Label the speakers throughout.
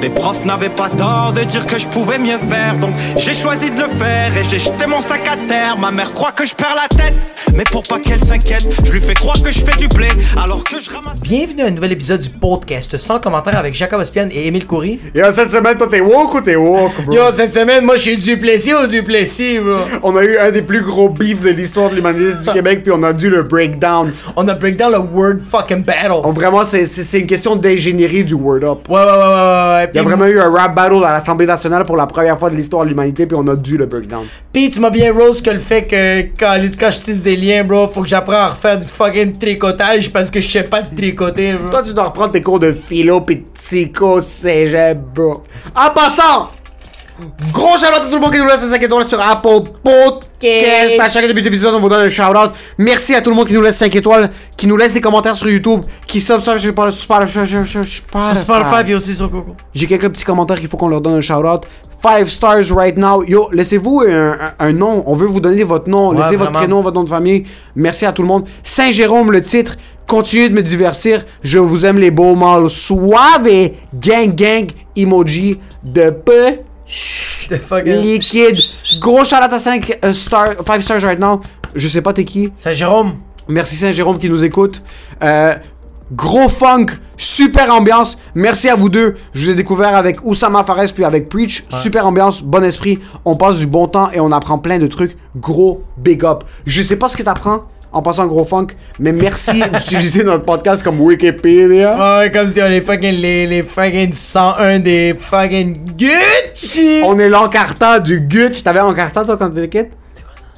Speaker 1: Les profs n'avaient pas tort de dire que je pouvais mieux faire, donc j'ai choisi de le faire et j'ai jeté mon sac à terre. Ma mère croit que je perds la tête, mais pour pas qu'elle s'inquiète, je lui fais croire que je fais du blé alors que je ramasse.
Speaker 2: Bienvenue à un nouvel épisode du podcast sans commentaire avec Jacob Ospian et Émile Coury.
Speaker 3: Yo, euh, cette semaine, toi, t'es woke ou t'es woke, bro?
Speaker 4: Yo, cette semaine, moi, je suis Duplessis ou Duplessis, bro?
Speaker 3: On a eu un des plus gros beefs de l'histoire de l'humanité du Québec, puis on a dû le breakdown.
Speaker 4: On a breakdown le word fucking battle.
Speaker 3: On, vraiment, c'est- c'est c'est une question d'ingénierie du word up.
Speaker 4: Ouais, ouais, ouais, ouais, ouais, ouais.
Speaker 3: Il y a
Speaker 4: Puis-
Speaker 3: vraiment eu un rap battle à l'Assemblée nationale pour la première fois de l'histoire de l'humanité, puis on a dû le breakdown.
Speaker 4: Puis tu m'as bien rose que le fait que quand, quand je tisse des liens, bro, faut que j'apprends à refaire du fucking tricotage parce que je sais pas de tricoter, bro.
Speaker 3: Toi, tu dois reprendre tes cours de philo pis de psycho cégep, bro. En passant, gros shout-out à tout le monde qui nous laisse 5 étoiles sur Apple Podcast. À chaque début d'épisode, on vous donne un shout-out. Merci à tout le monde qui nous laisse 5 étoiles, qui nous laisse des commentaires sur YouTube, qui sub sur Spotify. sur Spotify.
Speaker 2: Sur Spotify et aussi sur Google.
Speaker 3: J'ai quelques petits commentaires qu'il faut qu'on leur donne un shout-out. 5 stars right now. Yo, laissez-vous un, un- un nom. On veut vous donner votre nom.
Speaker 2: Ouais,
Speaker 3: Laissez votre
Speaker 2: vraiment.
Speaker 3: prénom, votre nom de famille. Merci à tout le monde. Saint-Jérôme, le titre. Continuez de me divertir. Je vous aime les beaux mâles. Suave. Gang, gang. Emoji de peu.
Speaker 2: The fucking-
Speaker 3: Liquide. Gros shout-out à 5 stars, five stars right now. Je sais pas t'es qui.
Speaker 2: Saint-Jérôme.
Speaker 3: Merci Saint-Jérôme qui nous écoute. Euh, gros funk, super ambiance. Merci à vous deux. Je vous ai découvert avec Oussama Fares puis avec Preach. Super ambiance, bon esprit. On passe du bon temps et on apprend plein de trucs. Gros big up. Je sais pas ce que t'apprends en passant gros funk, mais merci d'utiliser notre podcast comme Wikipédia.
Speaker 4: Ouais, ouais, comme si on est fucking les, les fucking 101 des fucking Gucci!
Speaker 3: On est l'encartant du Gutch. T'avais encartant toi quand t'étais kid?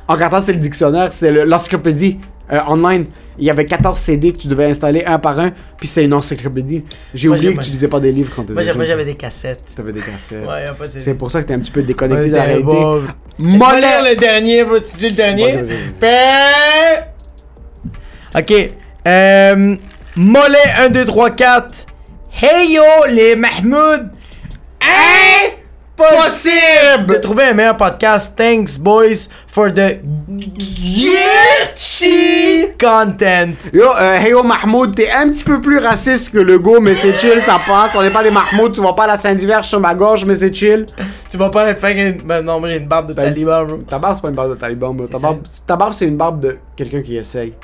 Speaker 3: Encartant c'est le dictionnaire, c'est le- l'encyclopédie. euh, online, il y avait 14 CD que tu devais installer un par un, puis c'est une encyclopédie. J'ai
Speaker 2: Moi,
Speaker 3: oublié
Speaker 2: j'ai-
Speaker 3: que tu lisais pas des livres quand
Speaker 2: Moi
Speaker 3: t'étais
Speaker 2: j'avais,
Speaker 3: jeune.
Speaker 2: moi, j'avais des cassettes.
Speaker 3: T'avais des cassettes.
Speaker 2: Ouais, y a pas de
Speaker 3: C'est pour ça que t'es un petit peu déconnecté de la
Speaker 4: Ouais,
Speaker 3: réalité.
Speaker 4: bon. Laisse-moi
Speaker 3: Mollet-
Speaker 4: lire le dernier, bro. Tu dis le dernier?
Speaker 3: Vas-y, vas-y,
Speaker 4: Ben- Ok. Euh, mollet 1, 2, 3, 4. Hey yo, les Mahmoud. Impossible de
Speaker 3: Possible!
Speaker 4: trouver un meilleur podcast. Thanks, boys, for the Gucci content.
Speaker 3: Yo, euh, hey yo Mahmoud, t'es un petit peu plus raciste que le go, mais c'est chill, ça passe. On n'est pas des Mahmoud, tu vois pas la Saint-Diverge sur ma gorge, mais c'est chill.
Speaker 4: Tu vas pas être fucking. Ben non, mais j'ai une barbe de taliban, bro.
Speaker 3: Ta barbe, c'est pas une barbe de taliban, bro. Ta
Speaker 2: C'est
Speaker 3: barbe, ta barbe, c'est une barbe de quelqu'un qui essaye.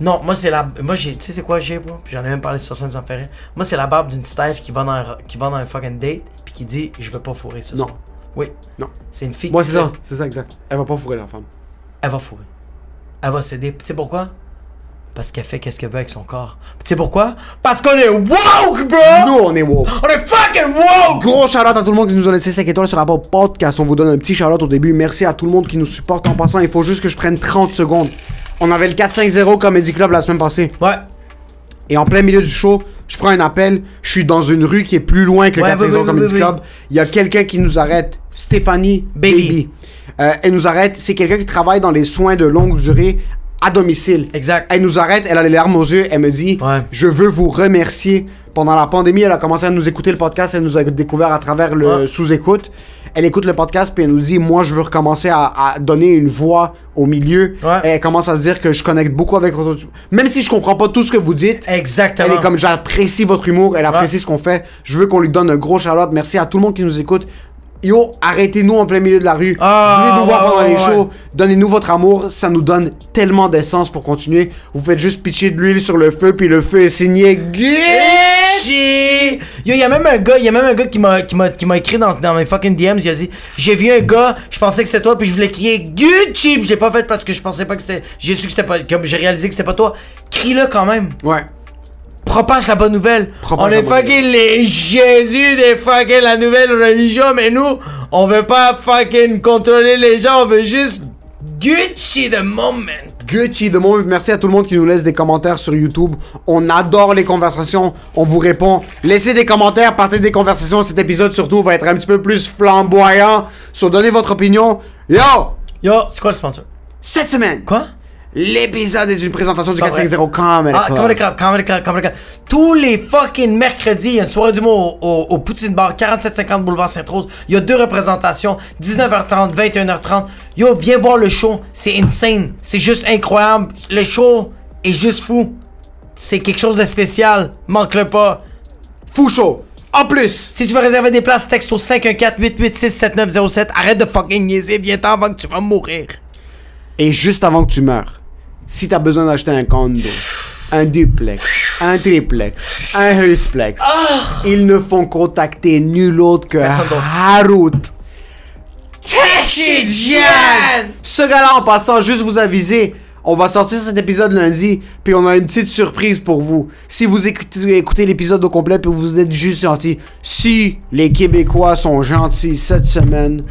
Speaker 2: Non, moi c'est la. Moi j'ai. Tu sais c'est quoi j'ai, moi? Puis J'en ai même parlé sur scène sans faire rire. Moi c'est la barbe d'une stève qui va dans un, qui va dans un fucking date puis qui dit je veux pas fourrer ça.
Speaker 3: Non.
Speaker 2: Oui.
Speaker 3: Non.
Speaker 2: C'est une fille
Speaker 3: Moi,
Speaker 2: qui
Speaker 3: c'est
Speaker 2: fait-
Speaker 3: ça, c'est ça, exact. Elle va pas fourrer la femme.
Speaker 2: Elle va fourrer. Elle va céder. Tu sais pourquoi? Parce qu'elle fait qu'est-ce qu'elle veut avec son corps. Puis Tu sais pourquoi? Parce qu'on est woke, bro!
Speaker 3: Nous, on est woke.
Speaker 2: On est fucking woke!
Speaker 3: Gros shout à tout le monde qui nous a laissé 5 étoiles sur Apple Podcast. On vous donne un petit shout au début. Merci à tout le monde qui nous supporte en passant. Il faut juste que je prenne 30 secondes. On avait le 4-5-0 Comedy Club la semaine passée.
Speaker 2: Ouais.
Speaker 3: Et en plein milieu du show, je prends un appel. Je suis dans une rue qui est plus loin que le
Speaker 2: Ouais,
Speaker 3: 4-5-0
Speaker 2: oui, oui,
Speaker 3: Comedy
Speaker 2: oui, oui.
Speaker 3: Club. Il y a quelqu'un qui nous arrête. Stéphanie
Speaker 2: Baby.
Speaker 3: Baby. Euh, elle nous arrête. C'est quelqu'un qui travaille dans les soins de longue durée à domicile.
Speaker 2: Exact.
Speaker 3: Elle nous arrête, elle a les larmes aux yeux, elle me dit
Speaker 2: Ouais.
Speaker 3: Je veux vous remercier. Pendant la pandémie, elle a commencé à nous écouter le podcast, elle nous a découvert à travers le
Speaker 2: Ouais.
Speaker 3: sous-écoute. Elle écoute le podcast, puis elle nous dit Moi, je veux recommencer à, à donner une voix au milieu.
Speaker 2: Ouais.
Speaker 3: Elle commence à se dire que je connecte beaucoup avec votre. Même si je comprends pas tout ce que vous dites.
Speaker 2: Exactement.
Speaker 3: Elle est comme j'apprécie votre humour, elle apprécie
Speaker 2: Ouais.
Speaker 3: ce qu'on fait. Je veux qu'on lui donne un gros charlotte. Merci à tout le monde qui nous écoute. Yo, arrêtez-nous en plein milieu de la rue.
Speaker 2: Ah,
Speaker 3: Venez nous voir
Speaker 2: ouais,
Speaker 3: pendant
Speaker 2: ouais,
Speaker 3: les
Speaker 2: ouais.
Speaker 3: shows. Donnez-nous votre amour. Ça nous donne tellement d'essence pour continuer. Vous faites juste pitcher de l'huile sur le feu, puis le feu est signé. Gucci.
Speaker 4: Gucci!
Speaker 2: Yo, y a même un gars, y a même un gars qui m'a, qui m'a, qui m'a écrit dans, dans mes fucking DMs, il a dit, j'ai vu un gars, je pensais que c'était toi, puis je voulais crier Gucci, puis j'ai pas fait parce que je pensais pas que c'était, j'ai su que c'était pas, comme j'ai réalisé que c'était pas toi. Crie-le quand même.
Speaker 3: Ouais.
Speaker 2: Propage la bonne nouvelle.
Speaker 3: Propage
Speaker 4: on
Speaker 3: la
Speaker 4: est
Speaker 3: bonne
Speaker 4: fucking les Jésus des fucking la nouvelle religion, mais nous, on veut pas fucking contrôler les gens, on veut juste Gucci the moment.
Speaker 3: Gucci de mon merci à tout le monde qui nous laisse des commentaires sur YouTube. On adore les conversations, on vous répond. Laissez des commentaires, partez des conversations. Cet épisode surtout va être un petit peu plus flamboyant. So donnez votre opinion. Yo,
Speaker 2: Yo, c'est quoi le sponsor?
Speaker 3: cette semaine,
Speaker 2: Quoi?
Speaker 3: l'épisode est une présentation du
Speaker 2: Pas vrai.
Speaker 3: 450 Comedy
Speaker 2: Ah,
Speaker 3: Club.
Speaker 2: Comedy Club, Comedy Club, Comedy Club. Tous les fucking mercredis, il y a une soirée d'humour au, au, au Poutine Bar, 4750 Boulevard Sainte-Rose. Il y a deux représentations, 19h30, 21h30. Yo, viens voir le show, c'est insane. C'est juste incroyable. Le show, est juste fou. C'est quelque chose de spécial. Manque-le pas.
Speaker 3: Fou chaud. En plus.
Speaker 2: Si tu veux réserver des places, texte au 514-886-7907. Arrête de fucking niaiser. Viens-t'en avant que tu vas mourir.
Speaker 3: Et juste avant que tu meurs, si t'as besoin d'acheter un condo, un duplex, un triplex, un husplex, ils ne font contacter nul autre que
Speaker 2: Ah! d'autre.
Speaker 3: Harut. Ce gars-là, en passant, juste vous aviser, on va sortir cet épisode lundi, puis on a une petite surprise pour vous. Si vous écoutez, écoutez l'épisode au complet, puis vous êtes juste gentil, si les Québécois sont gentils cette semaine,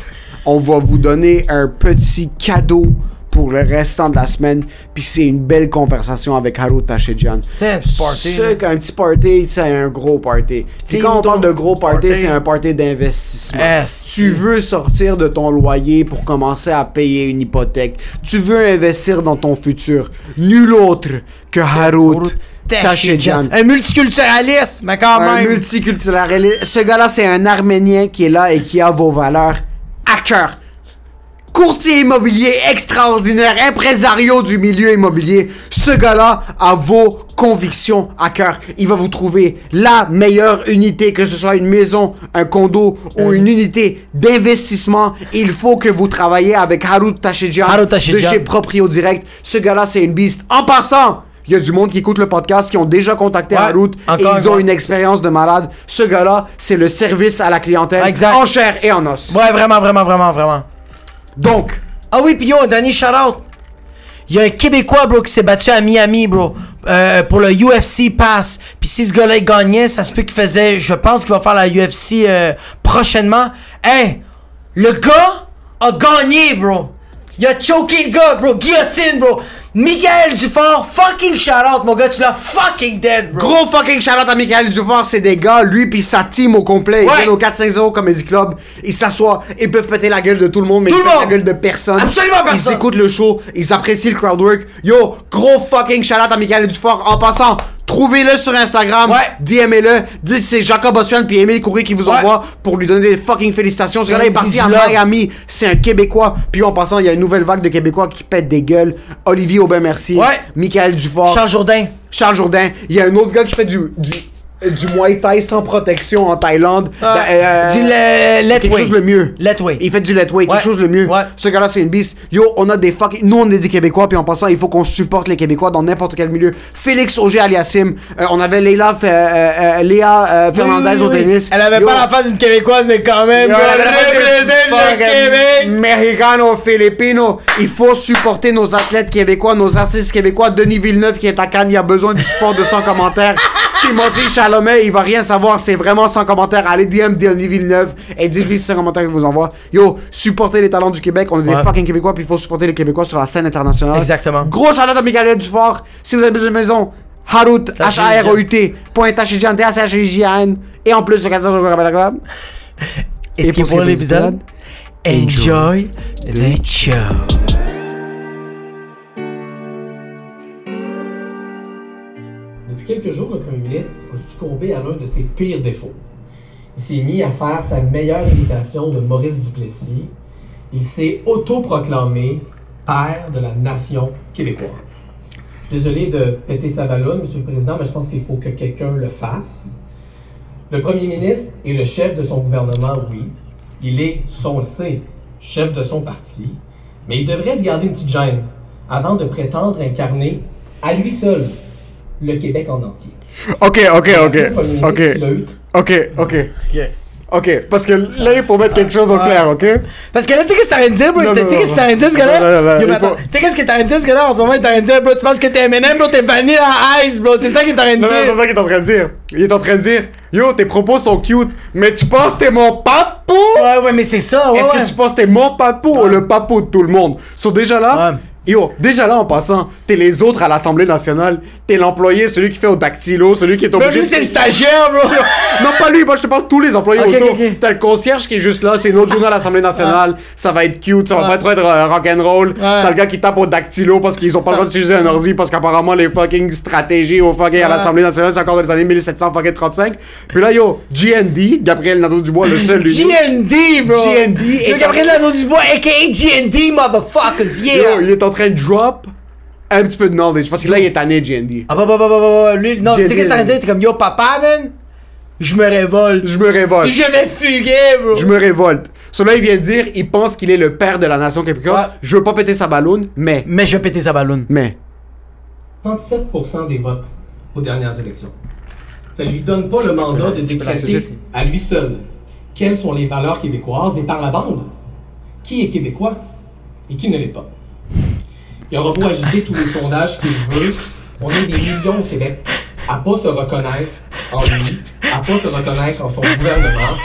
Speaker 3: on va vous donner un petit cadeau pour le restant de la semaine, puis c'est une belle conversation avec Haru Tachedjian.
Speaker 2: C'est un petit party, là.
Speaker 3: C'est un petit party, c'est un gros party. Puis
Speaker 2: sais,
Speaker 3: quand on
Speaker 2: autour
Speaker 3: parle de gros party,
Speaker 2: party.
Speaker 3: c'est un party d'investissement.
Speaker 2: Esti.
Speaker 3: Tu veux sortir de ton loyer pour commencer à payer une hypothèque. Tu veux investir dans ton futur. Nul autre que Harut Tachedjian.
Speaker 2: Un multiculturaliste, mais quand
Speaker 3: Un
Speaker 2: même.
Speaker 3: multiculturaliste. Ce gars-là, c'est un Arménien qui est là et qui a vos valeurs à cœur. Courtier immobilier extraordinaire, impresario du milieu immobilier. Ce gars-là a vos convictions à cœur. Il va vous trouver la meilleure unité, que ce soit une maison, un condo ou
Speaker 2: Euh.
Speaker 3: une unité d'investissement. Il faut que vous travaillez avec Harut Tachedjian
Speaker 2: Harut
Speaker 3: de
Speaker 2: Tachedjian.
Speaker 3: chez Proprio Direct. Ce gars-là, c'est une beast. En passant, il y a du monde qui écoute le podcast, qui ont déjà contacté
Speaker 2: Ouais,
Speaker 3: Harut et
Speaker 2: encore
Speaker 3: ils ont
Speaker 2: une-
Speaker 3: une expérience de malade. Ce gars-là, c'est le service à la clientèle
Speaker 2: Exact.
Speaker 3: en chair et en os.
Speaker 2: Ouais, vraiment, vraiment, vraiment, vraiment.
Speaker 3: Donc,
Speaker 2: Ah oui, puis yo, un dernier shout-out. Il y a un Québécois, bro, qui s'est battu à Miami, bro, euh, pour le UFC Pass. Puis si ce gars-là il gagnait, ça se peut qu'il faisait, je pense qu'il va faire la UFC euh, prochainement. Hey, le gars a gagné, bro. Il a choqué le gars, bro. Guillotine, bro. Michael Dufort, fucking shout-out, mon gars, tu l'as fucking dead, bro.
Speaker 3: gros fucking shout-out à Michael Dufort, c'est des gars, lui puis sa team au complet. Ils
Speaker 2: Ouais.
Speaker 3: viennent au 450 Comedy Club, ils s'assoient, ils peuvent péter la gueule de tout le monde, mais
Speaker 2: Tout
Speaker 3: ils
Speaker 2: le
Speaker 3: pètent
Speaker 2: monde.
Speaker 3: la gueule de personne.
Speaker 2: Absolument personne.
Speaker 3: Ils écoutent le show, ils apprécient le crowdwork. Yo, gros fucking shout-out à Michael Dufort. En passant, trouvez-le sur Instagram,
Speaker 2: Ouais.
Speaker 3: DMez-le, dites que c'est Jacob Ospian puis Émile Coury qui vous
Speaker 2: Ouais.
Speaker 3: envoie pour lui donner des fucking félicitations. Ce gars-là est parti à
Speaker 2: Dis-le.
Speaker 3: Miami. Miami, c'est un Québécois. Puis en passant, il y a une nouvelle vague de Québécois qui pètent des gueules. Olivier Aubin Mercier,
Speaker 2: Ouais.
Speaker 3: Michael Dufort,
Speaker 2: Charles
Speaker 3: Charles,
Speaker 2: Jourdain.
Speaker 3: Jourdain. Il y a un autre gars qui fait du, du, euh, du Muay Thai sans protection en Thaïlande. Ben, euh,
Speaker 2: du Ah, le,
Speaker 3: quelque chose le mieux.
Speaker 2: Letway.
Speaker 3: Il fait du letway,
Speaker 2: Ouais.
Speaker 3: quelque chose le mieux.
Speaker 2: Ouais.
Speaker 3: Ce gars-là, c'est une beast. Yo, on a des fucking. Nous, on est des Québécois, puis en passant, il faut qu'on supporte les Québécois dans n'importe quel milieu. Félix Auger aliassim Euh, on avait Leila, euh, euh, euh, Léa euh, Fernandez
Speaker 2: Oui, oui,
Speaker 3: au
Speaker 2: oui.
Speaker 3: tennis.
Speaker 2: Elle avait
Speaker 3: Yo,
Speaker 2: pas la face d'une Québécoise, mais quand même,
Speaker 3: Yo,
Speaker 2: elle
Speaker 3: la vraie
Speaker 2: représente le
Speaker 3: fucking
Speaker 2: Québec.
Speaker 3: Mexicano, Filipino. Il faut supporter nos athlètes québécois, nos artistes québécois. Denis Villeneuve qui est à Cannes, il a besoin du support de 100 commentaires. Timothy Chalamet, il va rien savoir, c'est vraiment 100 commentaires. Allez DM Denis Villeneuve et dites-lui 100 commentaires qu'il vous envoie. Yo, supportez les talents du Québec. On est
Speaker 2: Ouais.
Speaker 3: des fucking Québécois, puis il faut supporter les Québécois sur la scène internationale.
Speaker 2: Exactement.
Speaker 3: Gros shout à Michael Dufort. Si vous avez besoin de maison, Harut, H-A-R-O-U-T, point Tachidian, T-H-A-C-H-I-J-A-N. Et en plus, le 14
Speaker 2: Est-ce
Speaker 3: Et
Speaker 2: qu'il
Speaker 3: pour
Speaker 2: pour
Speaker 3: cet
Speaker 2: l'épisode? Enjoy the show.
Speaker 5: Depuis quelques jours, le premier ministre a succombé à l'un de ses pires défauts. Il s'est mis à faire sa meilleure imitation de Maurice Duplessis. Il s'est autoproclamé père de la nation québécoise. Je suis désolé de péter sa ballonne, Monsieur le Président, mais je pense qu'il faut que quelqu'un le fasse. Le premier ministre est le chef de son gouvernement, oui. Il est, son le sait, chef de son parti. Mais il devrait se garder une petite gêne avant de prétendre incarner à lui seul le Québec en entier.
Speaker 3: Ok, ok,
Speaker 5: Le premier
Speaker 3: ok,
Speaker 5: ministre,
Speaker 3: ok,
Speaker 5: il a eu
Speaker 3: ok, ok, ok, parce que là il faut mettre quelque chose au clair, ok?
Speaker 2: Parce que là, tu sais qu'est-ce que t'es en train de dire, bro?
Speaker 3: Non,
Speaker 2: Tu sais
Speaker 3: non,
Speaker 2: qu'est-ce que
Speaker 3: non.
Speaker 2: t'es en train de dire, ce
Speaker 3: Non, non, non,
Speaker 2: gars-là?
Speaker 3: non,
Speaker 2: Yo,
Speaker 3: il
Speaker 2: mais attends,
Speaker 3: faut-
Speaker 2: Tu sais qu'est-ce que t'es en train de dire, ce gars-là? En ce moment, il est en train de dire, bro, tu penses que t'es M&M, bro, t'es vanilla ice, bro. C'est ça qu'il est en train de
Speaker 3: Non, non, c'est
Speaker 2: dire.
Speaker 3: ça qu'il est en train de dire. Il est en train de dire, yo, tes propos sont cute, mais tu penses que t'es mon papou?
Speaker 2: Ouais, ouais, mais c'est ça, ouais.
Speaker 3: Est-ce
Speaker 2: ouais.
Speaker 3: que tu penses que t'es mon papou ou le papou de tout le monde? So déjà là,
Speaker 2: Ouais.
Speaker 3: yo, déjà là en passant, t'es les autres à l'Assemblée nationale, t'es l'employé, celui qui fait au dactylo, celui qui est
Speaker 2: Bro,
Speaker 3: obligé.
Speaker 2: lui,
Speaker 3: de-
Speaker 2: c'est le stagiaire, bro.
Speaker 3: Non, pas lui, moi je te parle de tous les employés
Speaker 2: Ok,
Speaker 3: autour.
Speaker 2: ok, ok.
Speaker 3: T'as le concierge qui est juste là, c'est notre journée à l'Assemblée nationale, ça va être cute, ça va pas trop être euh, rock'n'roll. T'as le gars qui tape au dactylo parce qu'ils ont pas le droit d'utiliser un ordi parce qu'apparemment les fucking stratégies au fucking à l'Assemblée nationale c'est encore dans les années 1735. Puis là, yo, GND, Gabriel Nadeau-Dubois, le seul, l'unique.
Speaker 2: GND, bro.
Speaker 3: GND
Speaker 2: Le
Speaker 3: est-
Speaker 2: Gabriel Lano Dubois, a.k.a. GND, motherfuckers,
Speaker 3: Yo,
Speaker 2: yeah.
Speaker 3: il est en train de drop un petit peu de knowledge. Parce que là, il est tanné, JND.
Speaker 2: Ah bah bah bah bah bah, bah, lui, non, tu sais qu'est-ce que t'as dit? T'es comme, yo papa, man, je me révolte.
Speaker 3: Je me révolte.
Speaker 2: Je vais fuguer, bro.
Speaker 3: Je me révolte. Celui-là, il vient de dire, il pense qu'il est le père de la nation québécoise.
Speaker 2: Ouais.
Speaker 3: Je veux pas péter sa ballonne, mais.
Speaker 2: Mais je vais péter sa ballonne.
Speaker 3: Mais.
Speaker 5: 37 des votes aux dernières élections. Ça lui donne pas le mandat de décréter à lui seul quelles sont les valeurs québécoises et par la bande, qui est québécois et qui ne l'est pas. Il aura beau agiter tous les sondages qu'il veut, on est des millions au Québec à pas se reconnaître en lui, à pas se reconnaître en son gouvernement.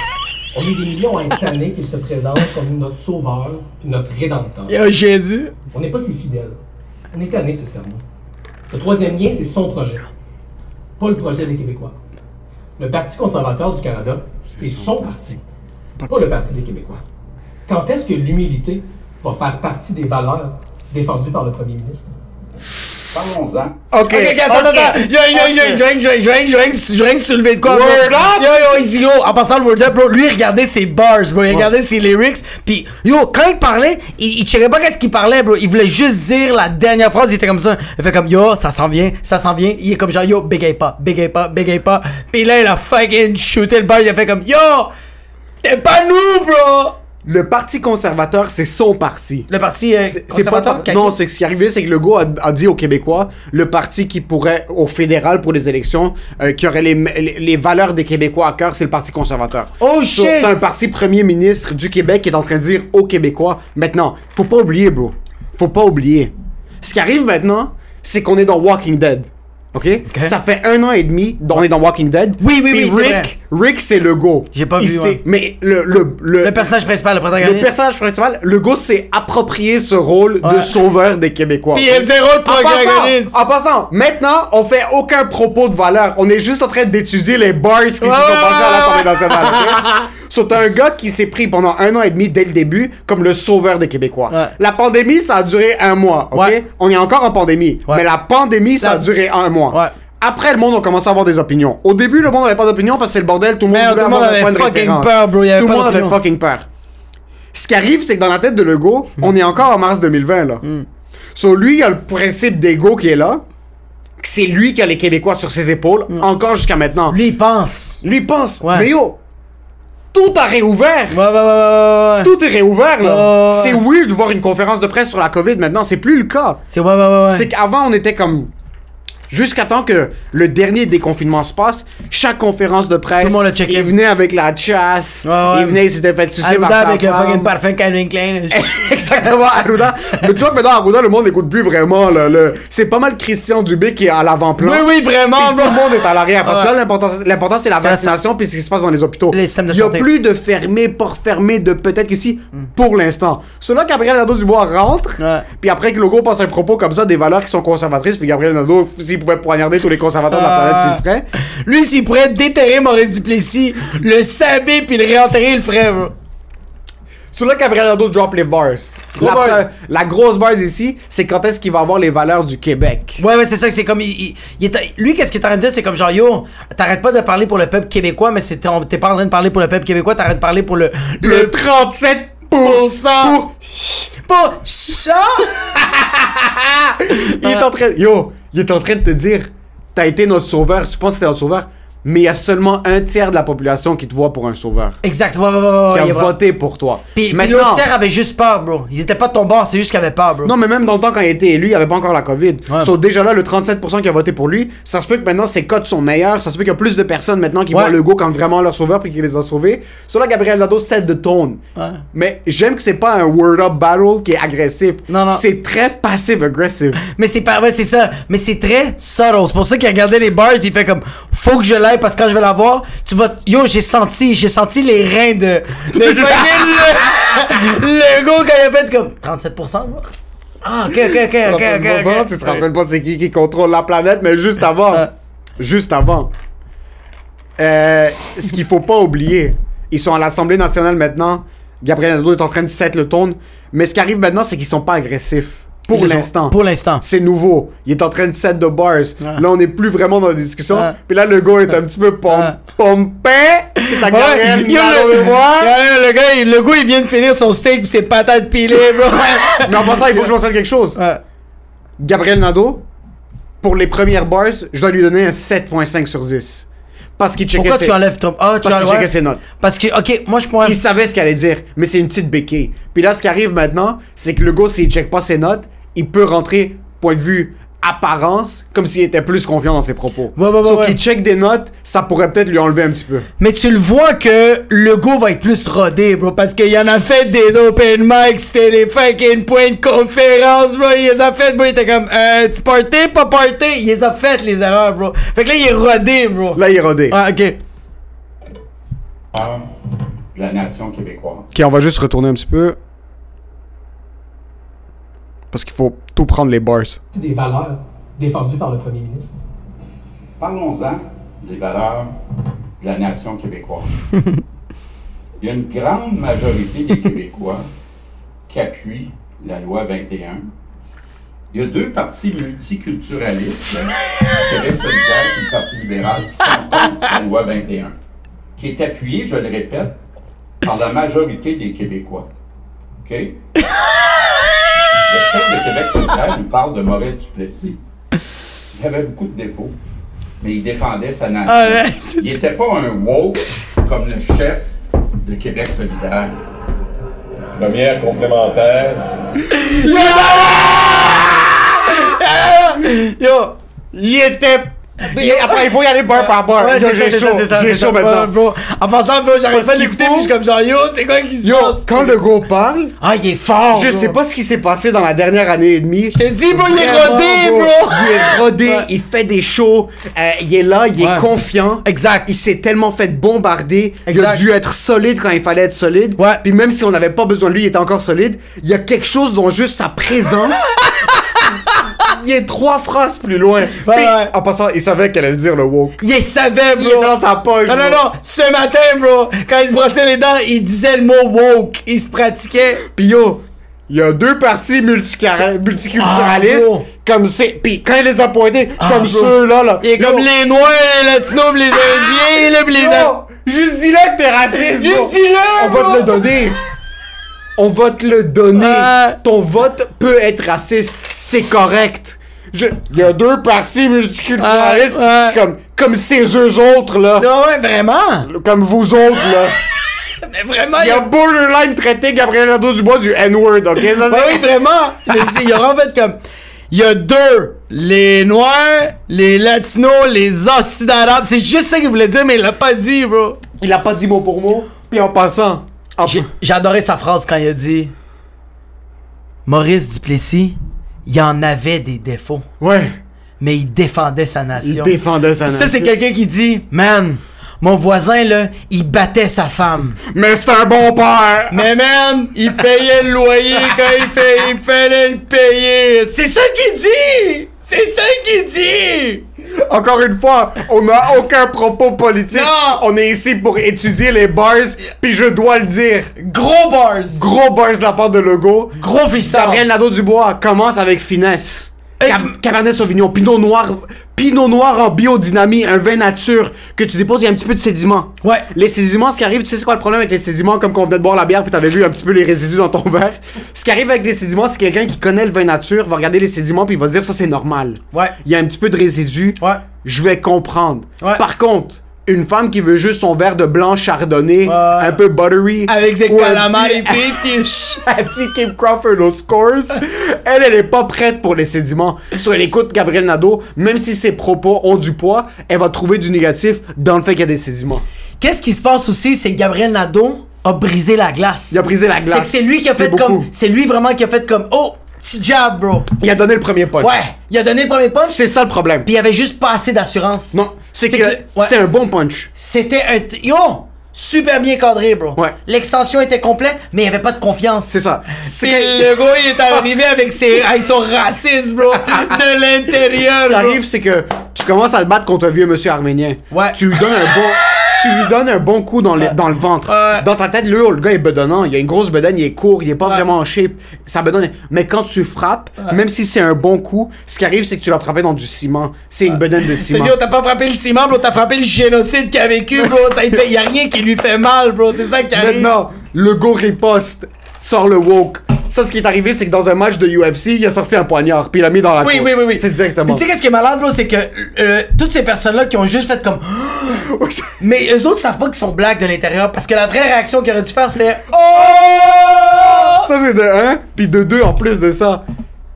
Speaker 5: On est des millions à être tannés qu'il se présente comme notre sauveur puis notre rédempteur.
Speaker 2: Yo, Jésus.
Speaker 5: On n'est pas si fidèle. On est tanné de ce serment. Le troisième lien, c'est son projet. Pas le projet des Québécois. Le Parti conservateur du Canada, c'est son parti. Pas le Parti des Québécois. Quand est-ce que l'humilité va faire partie des valeurs défendues par le premier ministre?
Speaker 6: Parlons-en.
Speaker 3: Ok,
Speaker 2: Ok, attends, attends, attends. Yo, yo, yo,
Speaker 3: Ok.
Speaker 2: je viens, je viens, je viens, je viens, je viens soulever de quoi, bro.
Speaker 3: Word up!
Speaker 2: Yo, yo, yo, yo, en passant le word up, bro, lui, il regardait ses bars, bro, il regardait ses lyrics, pis yo, quand il parlait, il, il checkait pas qu'est-ce qu'il parlait, bro, il voulait juste dire la dernière phrase, il était comme ça, il fait comme, yo, ça s'en vient, ça s'en vient, il est comme genre, yo, bégaye pas, bégaye pas, bégaye pas, pis là, il a fucking shooté le bar, il a fait comme, yo, t'es pas nous, bro!
Speaker 3: Le Parti conservateur, c'est son parti.
Speaker 2: Le parti, euh,
Speaker 3: C'est c'est pas
Speaker 2: conservateur,
Speaker 3: non, c'est ce qui est arrivé, c'est que Legault a, a dit aux Québécois, le parti qui pourrait au fédéral pour les élections, euh, qui aurait les, les, les valeurs des Québécois à cœur, c'est le Parti conservateur.
Speaker 2: Oh,
Speaker 3: So,
Speaker 2: shit!
Speaker 3: C'est un parti premier ministre du Québec qui est en train de dire aux Québécois maintenant, faut pas oublier, bro, faut pas oublier. Ce qui arrive maintenant, c'est qu'on est dans Walking Dead. OK? Ça fait un an et demi qu'on est dans Walking Dead.
Speaker 2: Oui, oui, oui,
Speaker 3: Puis
Speaker 2: c'est vrai.
Speaker 3: Rick, Rick c'est Legault.
Speaker 2: J'ai pas
Speaker 3: Il
Speaker 2: vu,
Speaker 3: sait-
Speaker 2: ouais.
Speaker 3: Mais le, le, le,
Speaker 2: le personnage principal, le
Speaker 3: le
Speaker 2: protagoniste.
Speaker 3: personnage principal, le gars s'est approprié ce rôle de
Speaker 2: Ouais.
Speaker 3: sauveur des Québécois.
Speaker 4: Il y a zéro le
Speaker 3: En
Speaker 4: protagoniste.
Speaker 3: passant, en passant, maintenant, on fait aucun propos de valeur. On est juste en train d'étudier les bars qui se sont passés à l'Assemblée nationale. ok? So, t'as un gars qui s'est pris pendant un an et demi dès le début comme le sauveur des Québécois.
Speaker 2: Ouais.
Speaker 3: La pandémie, ça a duré un mois. ok?
Speaker 2: Ouais.
Speaker 3: On est encore en pandémie,
Speaker 2: Ouais.
Speaker 3: mais la pandémie, ça
Speaker 2: La-
Speaker 3: a duré un mois.
Speaker 2: Ouais.
Speaker 3: Après, le monde a commencé à avoir des opinions. Au début, le monde n'avait pas d'opinion parce que c'est le bordel, tout le monde
Speaker 2: Merde,
Speaker 3: voulait
Speaker 2: tout le monde
Speaker 3: avoir un
Speaker 2: avait
Speaker 3: point de
Speaker 2: fucking
Speaker 3: référence.
Speaker 2: peur, bro, il y avait
Speaker 3: Tout le
Speaker 2: pas
Speaker 3: monde avait
Speaker 2: d'opinion.
Speaker 3: fucking peur. Ce qui arrive, c'est que dans la tête de Legault,
Speaker 2: Hmm.
Speaker 3: on est encore en mars 2020, là. So, lui, il y a le principe d'ego qui est là. que C'est lui qui a les Québécois sur ses épaules, encore jusqu'à maintenant.
Speaker 2: Hmm.
Speaker 3: Lui,
Speaker 2: Lui, il pense.
Speaker 3: lui pense,
Speaker 2: Ouais.
Speaker 3: mais yo, tout a réouvert.
Speaker 2: Ouais, ouais, ouais, ouais, ouais, ouais.
Speaker 3: Tout est réouvert, là.
Speaker 2: Ouais, ouais, ouais.
Speaker 3: C'est weird de voir une conférence de presse sur la COVID maintenant, c'est plus le cas.
Speaker 2: C'est ouais, ouais, ouais, ouais.
Speaker 3: C'est qu'avant, on était comme. Jusqu'à temps que le dernier déconfinement se passe, chaque conférence de presse,
Speaker 2: Tout le monde le checkait.
Speaker 3: il venait avec la chasse,
Speaker 2: Ouais, ouais.
Speaker 3: il venait, il s'était fait sucer par
Speaker 2: Arruda
Speaker 3: sa
Speaker 2: avec le
Speaker 3: femme.
Speaker 2: fucking parfum Calvin Klein.
Speaker 3: Exactement, Arruda. Mais tu vois que maintenant, Arruda, le monde n'écoute plus vraiment. là, le- C'est pas mal Christian Dubé qui est à l'avant-plan.
Speaker 2: Oui, oui, vraiment,
Speaker 3: Puis
Speaker 2: bro.
Speaker 3: Tout le monde est à l'arrière. Parce que
Speaker 2: Ouais.
Speaker 3: là, l'important, l'important, c'est la
Speaker 2: C'est la-
Speaker 3: vaccination puis ce qui se passe dans les hôpitaux.
Speaker 2: Les systèmes de
Speaker 3: Il y a
Speaker 2: santé. Hmm.
Speaker 3: plus de fermés, pas fermés, de peut-être qu'ici, pour l'instant. Cela, Gabriel Nadeau-Dubois rentre,
Speaker 2: Ouais.
Speaker 3: puis après que Logo passe un propos comme ça, des valeurs qui sont conservatrices, puis Gabriel Nadeau, s'il pouvait poignarder tous les conservateurs de la planète, il le
Speaker 2: Ah.
Speaker 3: ferait.
Speaker 2: Lui, s'il pourrait déterrer Maurice Duplessis, le stabber puis le réenterrer, il le ferait, bro.
Speaker 3: C'est là qu'Abraham Nadeau drop les bars. La,
Speaker 2: bars.
Speaker 3: pre- la grosse bars ici, c'est quand est-ce qu'il va avoir les valeurs du Québec.
Speaker 2: Ouais, ouais, c'est ça, c'est comme. Il, il- il est à- lui, qu'est-ce qu'il est en train de dire? C'est comme genre, yo, t'arrêtes pas de parler pour le peuple québécois, mais c'est ton- t'es pas en train de parler pour le peuple québécois, t'arrêtes de parler pour le.
Speaker 3: Le 37 pour
Speaker 2: cent. Pour ça!
Speaker 3: Il
Speaker 2: Euh.
Speaker 3: est en train... Yo, il est en train de te dire, t'as été notre sauveur, tu penses que t'es notre sauveur, mais il y a seulement un tiers de la population qui te voit pour un sauveur.
Speaker 2: Exact, ouais, ouais, ouais, ouais.
Speaker 3: Qui
Speaker 2: Oh, il y
Speaker 3: a
Speaker 2: a vraiment-
Speaker 3: voté pour toi.
Speaker 2: Puis, puis l'autre tiers avait juste peur, bro. Il était pas de ton bord, c'est juste qu'il avait peur, bro.
Speaker 3: Non, mais même dans le temps quand il a été élu, il n'y avait pas encore la COVID.
Speaker 2: Ouais.
Speaker 3: So, déjà là, le 37% qui a voté pour lui, ça se peut que maintenant ses cotes sont meilleures, ça se peut qu'il y a plus de personnes maintenant qui
Speaker 2: Ouais.
Speaker 3: voient Legault comme vraiment leur sauveur puis qu'il les a sauvés. So là, Gabriel Nadeau cède de tone. Mais j'aime que c'est pas un word-up battle qui est agressif.
Speaker 2: Non, non.
Speaker 3: C'est très passive-aggressive.
Speaker 2: Mais c'est pas, ouais, c'est ça. Mais c'est très subtle. C'est pour ça qu'il regardait les bars et il fait comme, faut que je l'aille parce que quand je vais la voir, tu vas, yo, j'ai senti, j'ai senti les reins de, de fucking le, le gars quand il a fait comme 37%, moi. Ah, ok, ok, ok, ok, ok. ok. Ah.
Speaker 3: Tu te rappelles pas c'est qui qui contrôle la planète, mais juste avant. juste avant. Euh, ce qu'il faut pas oublier, ils sont à l'Assemblée nationale maintenant. Gabriel Nadeau est en train de set le ton. Mais ce qui arrive maintenant, c'est qu'ils sont pas agressifs. Pour
Speaker 2: Ils sont-
Speaker 3: l'instant.
Speaker 2: Pour Ah. l'instant.
Speaker 3: C'est nouveau. Il est en train de set de bars. Là, on n'est plus vraiment dans la discussion.
Speaker 2: Ouais.
Speaker 3: Puis là, le gars est un petit peu pom
Speaker 2: Ouais.
Speaker 3: pompé. T'as Gabriel
Speaker 2: Ah. yo,
Speaker 3: Nadeau de moi.
Speaker 2: Ouais, le gars, il- le gars, il vient de finir son steak pis ses patates pilées, bro.
Speaker 3: Mais en passant, il faut que je mentionne quelque chose. Gabriel Nadeau, pour les premières bars, je dois lui donner un 7.5 sur 10. Parce qu'il checkait
Speaker 2: Pourquoi
Speaker 3: ses-
Speaker 2: tu enlèves Trump? Ah, tu
Speaker 3: parce qu'il
Speaker 2: enlèves-
Speaker 3: checkait ses notes.
Speaker 2: Parce que, ok, moi je pourrais.
Speaker 3: Il savait ce qu'elle allait dire, mais c'est une petite béquille. Puis là, ce qui arrive maintenant, c'est que le gars, s'il check pas ses notes, il peut rentrer, point de vue apparence, comme s'il était plus confiant dans ses propos.
Speaker 2: Ouais, ouais, ouais,
Speaker 3: Sauf
Speaker 2: ouais.
Speaker 3: qu'il check des notes, ça pourrait peut-être lui enlever un petit peu.
Speaker 2: Mais tu le vois que le go va être plus rodé, bro, parce qu'il y en a fait des open mics, c'est les fucking points de conférence, bro. Il les a fait, bro. Il était comme, euh, tu partais, pas partais. Il les a fait, les erreurs, bro. Fait que là, il est rodé, bro.
Speaker 3: Là, il est rodé.
Speaker 2: Ah, ok.
Speaker 6: Par de la nation québécoise.
Speaker 3: Ok, on va juste retourner un petit peu. Parce qu'il faut tout prendre les bars.
Speaker 5: des valeurs défendues par le premier ministre.
Speaker 6: Parlons-en des valeurs de la nation québécoise. Il y a une grande majorité des Québécois qui appuient la loi 21. Il y a deux partis multiculturalistes, Québec solidaire et le Parti libéral, qui sont contre la loi 21, qui est appuyée, je le répète, par la majorité des Québécois. OK? Le chef de Québec solidaire nous parle de Maurice Duplessis. Il avait beaucoup de défauts, mais il défendait sa nation.
Speaker 2: Ah ouais, c'est
Speaker 6: il n'était pas un woke comme le chef de Québec solidaire.
Speaker 7: Première complémentaire,
Speaker 3: Yo! Il était. Il- Attends, il faut y aller bar par bar.
Speaker 2: Ouais,
Speaker 3: Yo,
Speaker 2: c'est ça,
Speaker 3: j'ai
Speaker 2: c'est
Speaker 3: chaud.
Speaker 2: ça, c'est ça.
Speaker 3: J'ai
Speaker 2: c'est ça.
Speaker 3: chaud maintenant.
Speaker 2: Ouais, bro. En passant, bro, j'arrive
Speaker 3: Parce
Speaker 2: pas de
Speaker 3: qu'il
Speaker 2: l'écouter,
Speaker 3: faut-
Speaker 2: puis je suis comme genre, yo, c'est quoi qui se
Speaker 3: Yo,
Speaker 2: passe?
Speaker 3: quand le go parle,
Speaker 2: Ah, il est fort,
Speaker 3: je
Speaker 2: bro.
Speaker 3: sais pas ce qui s'est passé dans la dernière année et demie. Je
Speaker 2: te dis, bro, il est rodé, bro.
Speaker 3: Il est rodé, il fait des shows, euh, il est là, il est
Speaker 2: Ouais.
Speaker 3: confiant.
Speaker 2: Exact.
Speaker 3: Il s'est tellement fait bombarder. Il a
Speaker 2: Exact.
Speaker 3: dû être solide quand il fallait être solide.
Speaker 2: Ouais.
Speaker 3: Puis même si on n'avait pas besoin de lui, il était encore solide. Il y a quelque chose dont juste sa présence. il est trois phrases plus loin. Puis,
Speaker 2: ouais.
Speaker 3: En passant, il savait qu'elle allait dire le woke.
Speaker 2: Il savait, bro.
Speaker 3: Il est dans sa poche.
Speaker 2: Non, non,
Speaker 3: bro.
Speaker 2: non, ce matin, bro, quand il se brossait les dents, il disait le mot woke. Il se pratiquait.
Speaker 3: Puis yo, il y a deux parties multicara- multiculturalistes.
Speaker 2: Ah, bro.
Speaker 3: comme c'est. Puis quand il les a pointés,
Speaker 2: Ah,
Speaker 3: comme
Speaker 2: bro.
Speaker 3: ceux-là, là.
Speaker 2: Il est
Speaker 3: Yo, Ah!
Speaker 2: comme les noirs, les latinos, pis les indiens, là, pis les.
Speaker 3: yo, juste dis-là que t'es raciste.
Speaker 2: Juste
Speaker 3: bro.
Speaker 2: dis-le,
Speaker 3: On va
Speaker 2: bro.
Speaker 3: te le donner. On va te le donner.
Speaker 2: Ouais.
Speaker 3: Ton vote peut être raciste. C'est correct. Je- Il y a deux parties multiculturalistes.
Speaker 2: Ouais, ouais.
Speaker 3: C'est comme, comme ces eux autres, là.
Speaker 2: ah. Non, ouais, vraiment.
Speaker 3: Comme vous autres, là.
Speaker 2: Mais vraiment,
Speaker 3: Il
Speaker 2: il
Speaker 3: a borderline traité Gabriel Nadeau Dubois du N-word, ok? Ça,
Speaker 2: Ouais, Ah oui,
Speaker 3: c'est-
Speaker 2: vraiment. Mais Il y aura en fait comme. Il y a deux. Les noirs, les latinos, les hosties d'arabes. C'est juste ça qu'il voulait dire, mais il l'a pas dit, bro.
Speaker 3: Il a pas dit mot pour mot. Puis en passant. en-
Speaker 2: J'ai- J'ai adoré sa phrase quand il a dit Maurice Duplessis, il en avait des défauts,
Speaker 3: Ouais.
Speaker 2: mais il défendait sa nation.
Speaker 3: Il défendait sa
Speaker 2: Ça, c'est
Speaker 3: nation.
Speaker 2: quelqu'un qui dit Man, mon voisin, là, il battait sa femme.
Speaker 3: Mais c'est un bon père!
Speaker 2: Mais man, il payait le loyer quand il, fait, il fallait le payer. C'est ça qu'il dit C'est ça qu'il dit
Speaker 3: Encore une fois, on n'a aucun propos politique.
Speaker 2: Non.
Speaker 3: On est ici pour étudier les bars, puis je dois le dire.
Speaker 2: Gros bars
Speaker 3: Gros bars de la part de Legault.
Speaker 2: Gros freestyle
Speaker 3: Gabriel Nadeau-Dubois commence avec finesse. Cab- Cabernet Sauvignon, Pinot Noir, Pinot Noir en biodynamie, un vin nature que tu déposes, il y a un petit peu de sédiments.
Speaker 2: Ouais.
Speaker 3: Les sédiments, ce qui arrive, tu sais c'est quoi le problème avec les sédiments, comme quand on venait de boire la bière puis t'avais vu un petit peu les résidus dans ton verre. Ce qui arrive avec les sédiments, c'est quelqu'un qui connaît le vin nature va regarder les sédiments puis il va se dire ça c'est normal.
Speaker 2: Ouais.
Speaker 3: Il y a un petit peu de résidus.
Speaker 2: Ouais.
Speaker 3: Je vais comprendre.
Speaker 2: Ouais.
Speaker 3: Par contre, une femme qui veut juste son verre de blanc chardonnay, un peu buttery,
Speaker 2: Avec ses
Speaker 3: ou un
Speaker 2: calamari
Speaker 3: petit-
Speaker 2: frites.
Speaker 3: elle dit Kim Crawford aux scores. Elle, elle est pas prête pour les sédiments. Sur elle écoute Gabriel Nadeau, même si ses propos ont du poids, elle va trouver du négatif dans le fait qu'il y a des sédiments.
Speaker 2: Qu'est-ce qui se passe aussi, c'est que Gabriel Nadeau a brisé la glace.
Speaker 3: Il a brisé la glace.
Speaker 2: C'est que c'est lui qui a
Speaker 3: C'est
Speaker 2: fait
Speaker 3: beaucoup.
Speaker 2: comme. C'est lui vraiment qui a fait comme. Oh, petit jab, bro.
Speaker 3: Il a donné le premier punch.
Speaker 2: Ouais. Il a donné le premier punch,
Speaker 3: C'est ça le problème.
Speaker 2: puis il avait juste pas assez d'assurance.
Speaker 3: Non, c'est que,
Speaker 2: C'est que- ouais.
Speaker 3: c'était un bon punch.
Speaker 2: C'était un. t- Yo! Super bien cadré, bro.
Speaker 3: Ouais.
Speaker 2: L'extension était complète, mais il n'y avait pas de confiance.
Speaker 3: C'est ça.
Speaker 2: Puis le gars, il est arrivé avec ses. Ah, ils sont racistes, bro. De l'intérieur,
Speaker 3: Ce qui
Speaker 2: bro.
Speaker 3: arrive, c'est que tu commences à te battre contre un vieux monsieur arménien.
Speaker 2: Ouais.
Speaker 3: Tu lui donnes un bon, tu lui donnes un bon coup dans le, dans le ventre.
Speaker 2: Ouais.
Speaker 3: Dans ta tête, lui, oh, le gars est bedonnant. Il a une grosse bedaine, il est court, il est pas vraiment en shape. Sa bedaine. est- Mais quand tu frappes, même si c'est un bon coup, ce qui arrive, c'est que tu l'as frappé dans du ciment. C'est une bedaine de
Speaker 2: T'as
Speaker 3: ciment.
Speaker 2: dit, oh, t'as pas frappé le ciment, bro, t'as frappé le génocide qu'il a vécu, bro. Ça, il fait, y a rien qui lui fait mal, bro. C'est ça qui arrive.
Speaker 3: Maintenant, le go riposte, sort le woke. Ça, ce qui est arrivé, c'est que dans un match de UFC, il a sorti un poignard, puis il l'a mis dans la
Speaker 2: Oui,
Speaker 3: cour.
Speaker 2: oui, oui, oui.
Speaker 3: C'est
Speaker 2: Mais
Speaker 3: directement.
Speaker 2: tu sais, qu'est-ce qui est malade, bro? C'est que euh, toutes ces personnes-là qui ont juste fait comme. Mais eux autres savent pas qu'ils sont blagues de l'intérieur parce que la vraie réaction qu'ils auraient dû faire, c'était. Oh!
Speaker 3: Ça, c'est de 1, puis de 2, en plus de ça,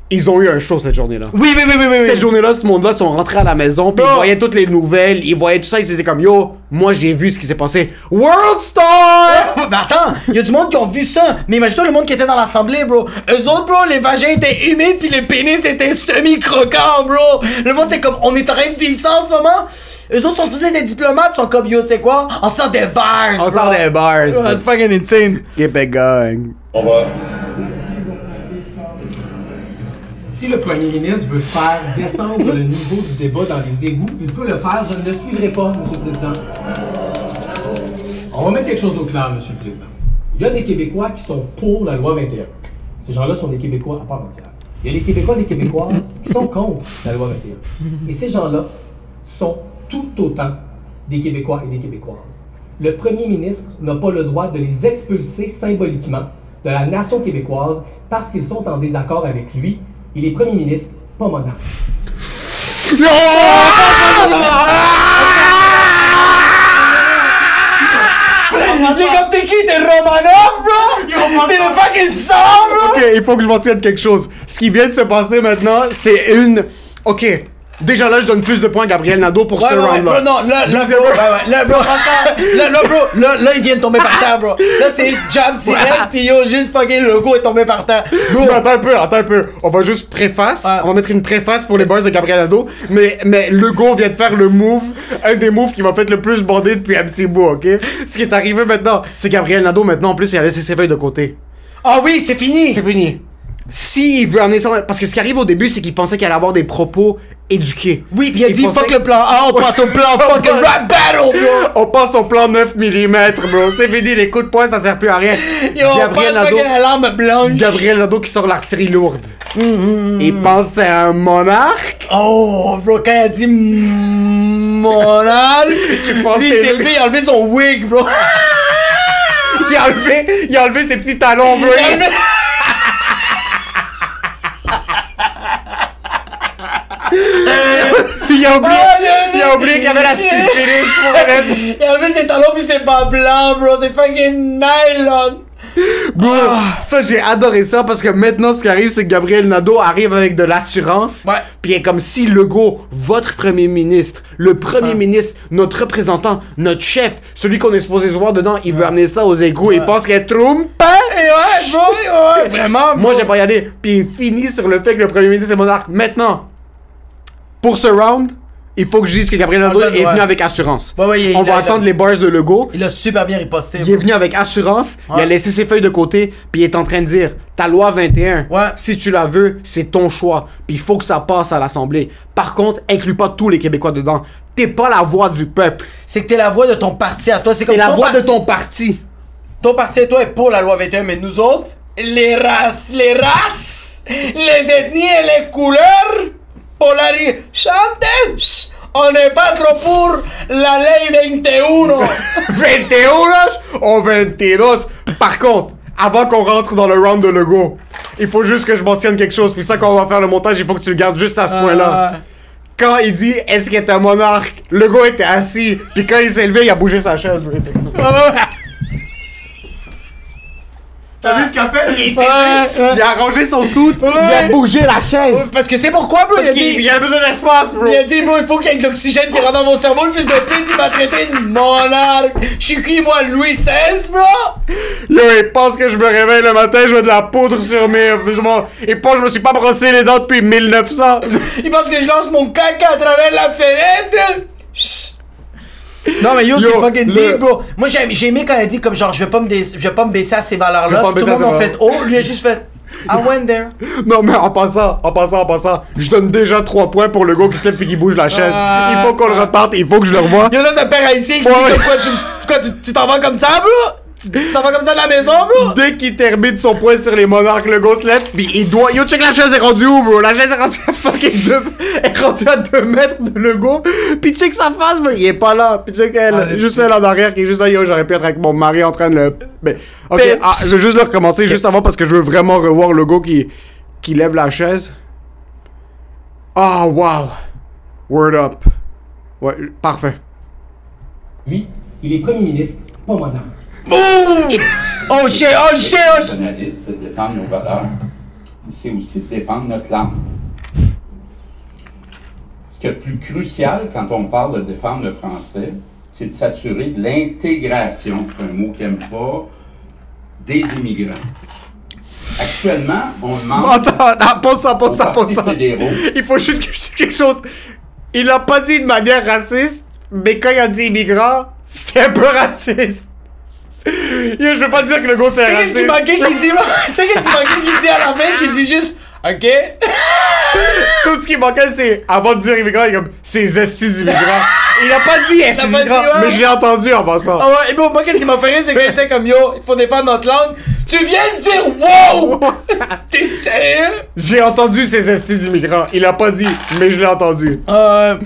Speaker 3: ils ont eu un show cette journée-là.
Speaker 2: Oui, oui, oui, oui, oui.
Speaker 3: Cette
Speaker 2: oui.
Speaker 3: journée-là, ce monde-là, ils sont rentrés à la maison, puis ils voyaient toutes les nouvelles, ils voyaient tout ça, ils étaient comme Yo, moi j'ai vu ce qui s'est passé. World Star!
Speaker 2: Mais attends, il y a du monde qui ont vu ça. Mais imagine-toi le monde qui était dans l'assemblée, bro. Eux autres, bro, les vagins étaient humides puis les pénis étaient semi-croquants, bro. Le monde était comme, on est en train de vivre ça en ce moment. Eux autres sont supposés être des diplomates, ils sont comme, yo, tu sais quoi? On sort des bars,
Speaker 3: On sort des bars.
Speaker 2: bro. That's fucking insane.
Speaker 3: Québec gang.
Speaker 7: On va.
Speaker 5: Si le premier ministre veut faire descendre le niveau du débat dans les égouts, il peut le faire. Je ne le suivrai pas, Monsieur le Président. On va mettre quelque chose au clair, Monsieur le Président. Il y a des Québécois qui sont pour la loi 21. Ces gens-là sont des Québécois à part entière. Il y a des Québécois et des Québécoises qui sont contre la loi 21. Et ces gens-là sont tout autant des Québécois et des Québécoises. Le premier ministre n'a pas le droit de les expulser symboliquement de la nation québécoise parce qu'ils sont en désaccord avec lui. Il est premier ministre, pas monarque.
Speaker 2: T'es comme, t'es qui? T'es Romanov, bro? T'es le fucking sang, bro?
Speaker 3: Ok, il faut que je mentionne quelque chose. Ce qui vient de se passer maintenant, c'est une. Ok. Déjà là, je donne plus de points à Gabriel Nadeau pour ce
Speaker 2: Ouais, ouais, ouais,
Speaker 3: round-là.
Speaker 2: bro, non, là, là,
Speaker 3: Deuxième
Speaker 2: bro, ouais,
Speaker 3: round.
Speaker 2: ouais, là, bro, attends, là, là, bro, là, là, il vient de tomber par terre, bro. Là, c'est jump direct, pis yo, juste fucking le logo est tombé par terre. Bro,
Speaker 3: Mais attends un peu, attends un peu. On va juste préface.
Speaker 2: Ouais.
Speaker 3: On va mettre une préface pour les boys de Gabriel Nadeau. Mais, mais Legault vient de faire le move, un des moves qui m'a fait le plus bander depuis un petit bout, ok? Ce qui est arrivé maintenant, c'est Gabriel Nadeau, maintenant, en plus, il a laissé ses feuilles de côté.
Speaker 2: ah oui, c'est fini.
Speaker 3: C'est fini. S'il veut amener ça. Parce que ce qui arrive au début, c'est qu'il pensait qu'il allait avoir des propos éduqués.
Speaker 2: Oui, pis il a dit,
Speaker 3: pensait-
Speaker 2: fuck le plan A, on passe au plan fucking rap battle, bro.
Speaker 3: On passe au plan 9 mm, bro. C'est fini, les coups de poing, ça sert plus à rien.
Speaker 2: Yo, on passe fucking à l'arme blanche.
Speaker 3: Gabriel Nadeau qui sort l'artillerie lourde.
Speaker 2: Mm-hmm.
Speaker 3: Il pense à un monarque.
Speaker 2: Oh, bro, quand il a dit moral,
Speaker 3: Tu penses
Speaker 2: lui,
Speaker 3: que
Speaker 2: il s'est
Speaker 3: lui-
Speaker 2: levé, il a enlevé son wig, bro.
Speaker 3: Il a enlevé, il a enlevé ses petits talons bleus. il a oublié,
Speaker 2: Ah, il a
Speaker 3: il a oublié qu'il y avait la syphilis pour être-
Speaker 2: Il a enlevé ses talons pis ses bas blancs, bro. C'est fucking nylon. Ah.
Speaker 3: Bro, ça j'ai adoré ça parce que maintenant ce qui arrive c'est que Gabriel Nadeau arrive avec de l'assurance.
Speaker 2: Ouais.
Speaker 3: Puis il est comme si Legault, votre premier ministre, le premier ministre, notre représentant, notre chef, celui qu'on est supposé se voir dedans, il veut amener ça aux égouts. Il pense qu'il est Trump.
Speaker 2: Hein? Et ouais, bro, et ouais, vraiment.
Speaker 3: Moi
Speaker 2: bro.
Speaker 3: j'ai pas y aller. Puis il finit sur le fait que le premier ministre est monarque. Maintenant, pour ce round, il faut que je dise que Gabriel Nadeau
Speaker 2: le
Speaker 3: est
Speaker 2: doit.
Speaker 3: venu avec assurance.
Speaker 2: Ouais, ouais, il-
Speaker 3: On
Speaker 2: il-
Speaker 3: va
Speaker 2: il-
Speaker 3: attendre les bars de Legault.
Speaker 2: Il a super bien riposté.
Speaker 3: Il est
Speaker 2: bro.
Speaker 3: venu avec assurance, il a laissé ses feuilles de côté, puis il est en train de dire ta loi 21,
Speaker 2: Ouais.
Speaker 3: si tu la veux, c'est ton choix, puis il faut que ça passe à l'Assemblée. Par contre, inclus pas tous les Québécois dedans. T'es pas la voix du peuple,
Speaker 2: C'est que t'es la voix de ton parti à toi. C'est
Speaker 3: t'es
Speaker 2: comme
Speaker 3: la
Speaker 2: ton
Speaker 3: voix
Speaker 2: parti,
Speaker 3: de ton parti.
Speaker 2: ton parti à toi est pour la loi 21, mais nous autres, les races, les races, les ethnies et les couleurs polarisées. Chantez! On n'est pas trop pour la ley 21.
Speaker 3: 21 ou 22. Par contre, avant qu'on rentre dans le round de Lego, il faut juste que je mentionne quelque chose, puis ça, quand on va faire le montage, il faut que tu le gardes juste
Speaker 2: Ah,
Speaker 3: à ce point-là. Quand il dit est-ce qu'il est un monarque, Legault était assis, puis quand il s'est levé, il a bougé sa chaise. bro.
Speaker 2: Ah.
Speaker 3: T'as vu ce qu'il a fait? Il s'est levé, il a arrangé son soute, il a bougé la chaise.
Speaker 2: Parce que c'est pourquoi, bro? il a
Speaker 3: Parce qu'il
Speaker 2: dit-
Speaker 3: il a besoin d'espace, bro.
Speaker 2: Il a dit, bro, il faut qu'il y ait de l'oxygène qui rentre dans mon cerveau. Le fils de pute, il m'a traité de monarque. Je suis qui, moi, Louis XVI, bro?
Speaker 3: Yo, il pense que je me réveille le matin, je mets de la poudre sur mes. Je m'en- il pense que je me suis pas brossé les dents depuis 1900.
Speaker 2: Il pense que je lance mon caca à travers la fenêtre. Non, mais yo,
Speaker 3: Yo,
Speaker 2: c'est fucking
Speaker 3: le-
Speaker 2: deep, bro. Moi, j'ai j'ai aimé quand elle dit, comme genre, je vais pas me, dé- je vais pas me baisser à ces
Speaker 3: Je vais
Speaker 2: valeurs-là.
Speaker 3: pas me
Speaker 2: Tout le
Speaker 3: baisser à
Speaker 2: monde en
Speaker 3: ces
Speaker 2: fait, oh, lui a juste fait, I went there.
Speaker 3: Non, mais en passant, en passant, en passant, je donne déjà 3 points pour le gars qui se lève puis qui bouge la chaise. Il faut qu'on le reparte, Ah. il faut que je le revoie.
Speaker 2: Yo, ça, ça perd ici.
Speaker 3: Ouais.
Speaker 2: Quoi, tu t'en vas comme ça, bro?
Speaker 4: Ça va comme ça de la maison, bro?
Speaker 3: Dès qu'il termine son point sur les monarques, le ghost lève, pis il doit. Yo, check la chaise est rendue où, bro? La chaise est rendue à fucking 2 est rendue à 2 mètres de Lego. Pis check sa face, bro. Il est pas là. Pis check elle,
Speaker 4: Ah, le
Speaker 3: juste
Speaker 4: petit.
Speaker 3: elle en arrière qui est juste là. Yo, j'aurais pu être avec mon mari en train de le. Mais, ok,
Speaker 4: Mais-
Speaker 3: ah, je veux juste le recommencer juste avant parce que je veux vraiment revoir Lego qui, qui lève la chaise. Ah, wow. Word up. Ouais, parfait.
Speaker 5: Lui, il est premier ministre, pas monarque.
Speaker 2: Oh shit, oh shit, oh shit.
Speaker 6: nationaliste, c'est de défendre nos valeurs, mais c'est aussi de défendre notre langue. Ce qui est le plus crucial quand on parle de défendre le français, c'est de s'assurer de l'intégration, c'est un mot qu'aime pas, des immigrants. Actuellement, on demande
Speaker 3: Attends, attends, pose ça,
Speaker 6: aux
Speaker 3: pose ça, pose
Speaker 6: partis
Speaker 3: ça.
Speaker 6: fédéraux
Speaker 3: Il faut juste que je dise quelque chose. Il l'a pas dit de manière raciste, mais quand il a dit immigrant, c'était un peu raciste. Yo, Je veux pas dire que le gars c'est
Speaker 4: Qu'est-ce qui
Speaker 3: raciste.
Speaker 4: manquait qu'il dit? Tu sais, qu'est-ce qui manquait qu'il dit à la fin? Qu'il dit juste, OK?
Speaker 3: Tout ce qui manquait, c'est avant de dire immigrant, il est comme ces estis immigrants. Il a pas dit estis
Speaker 4: pas dit,
Speaker 3: immigrants,
Speaker 4: ouais.
Speaker 3: mais je l'ai entendu en passant.
Speaker 5: Oh.
Speaker 4: Ah ouais, et bon, moi, qu'est-ce qui m'a fait rire, c'est que, tu sais, comme yo, il faut défendre notre langue. Tu viens de dire wow! T'es sérieux?
Speaker 3: J'ai entendu ces estis immigrants. Il a pas dit, mais je l'ai entendu.
Speaker 4: Euh.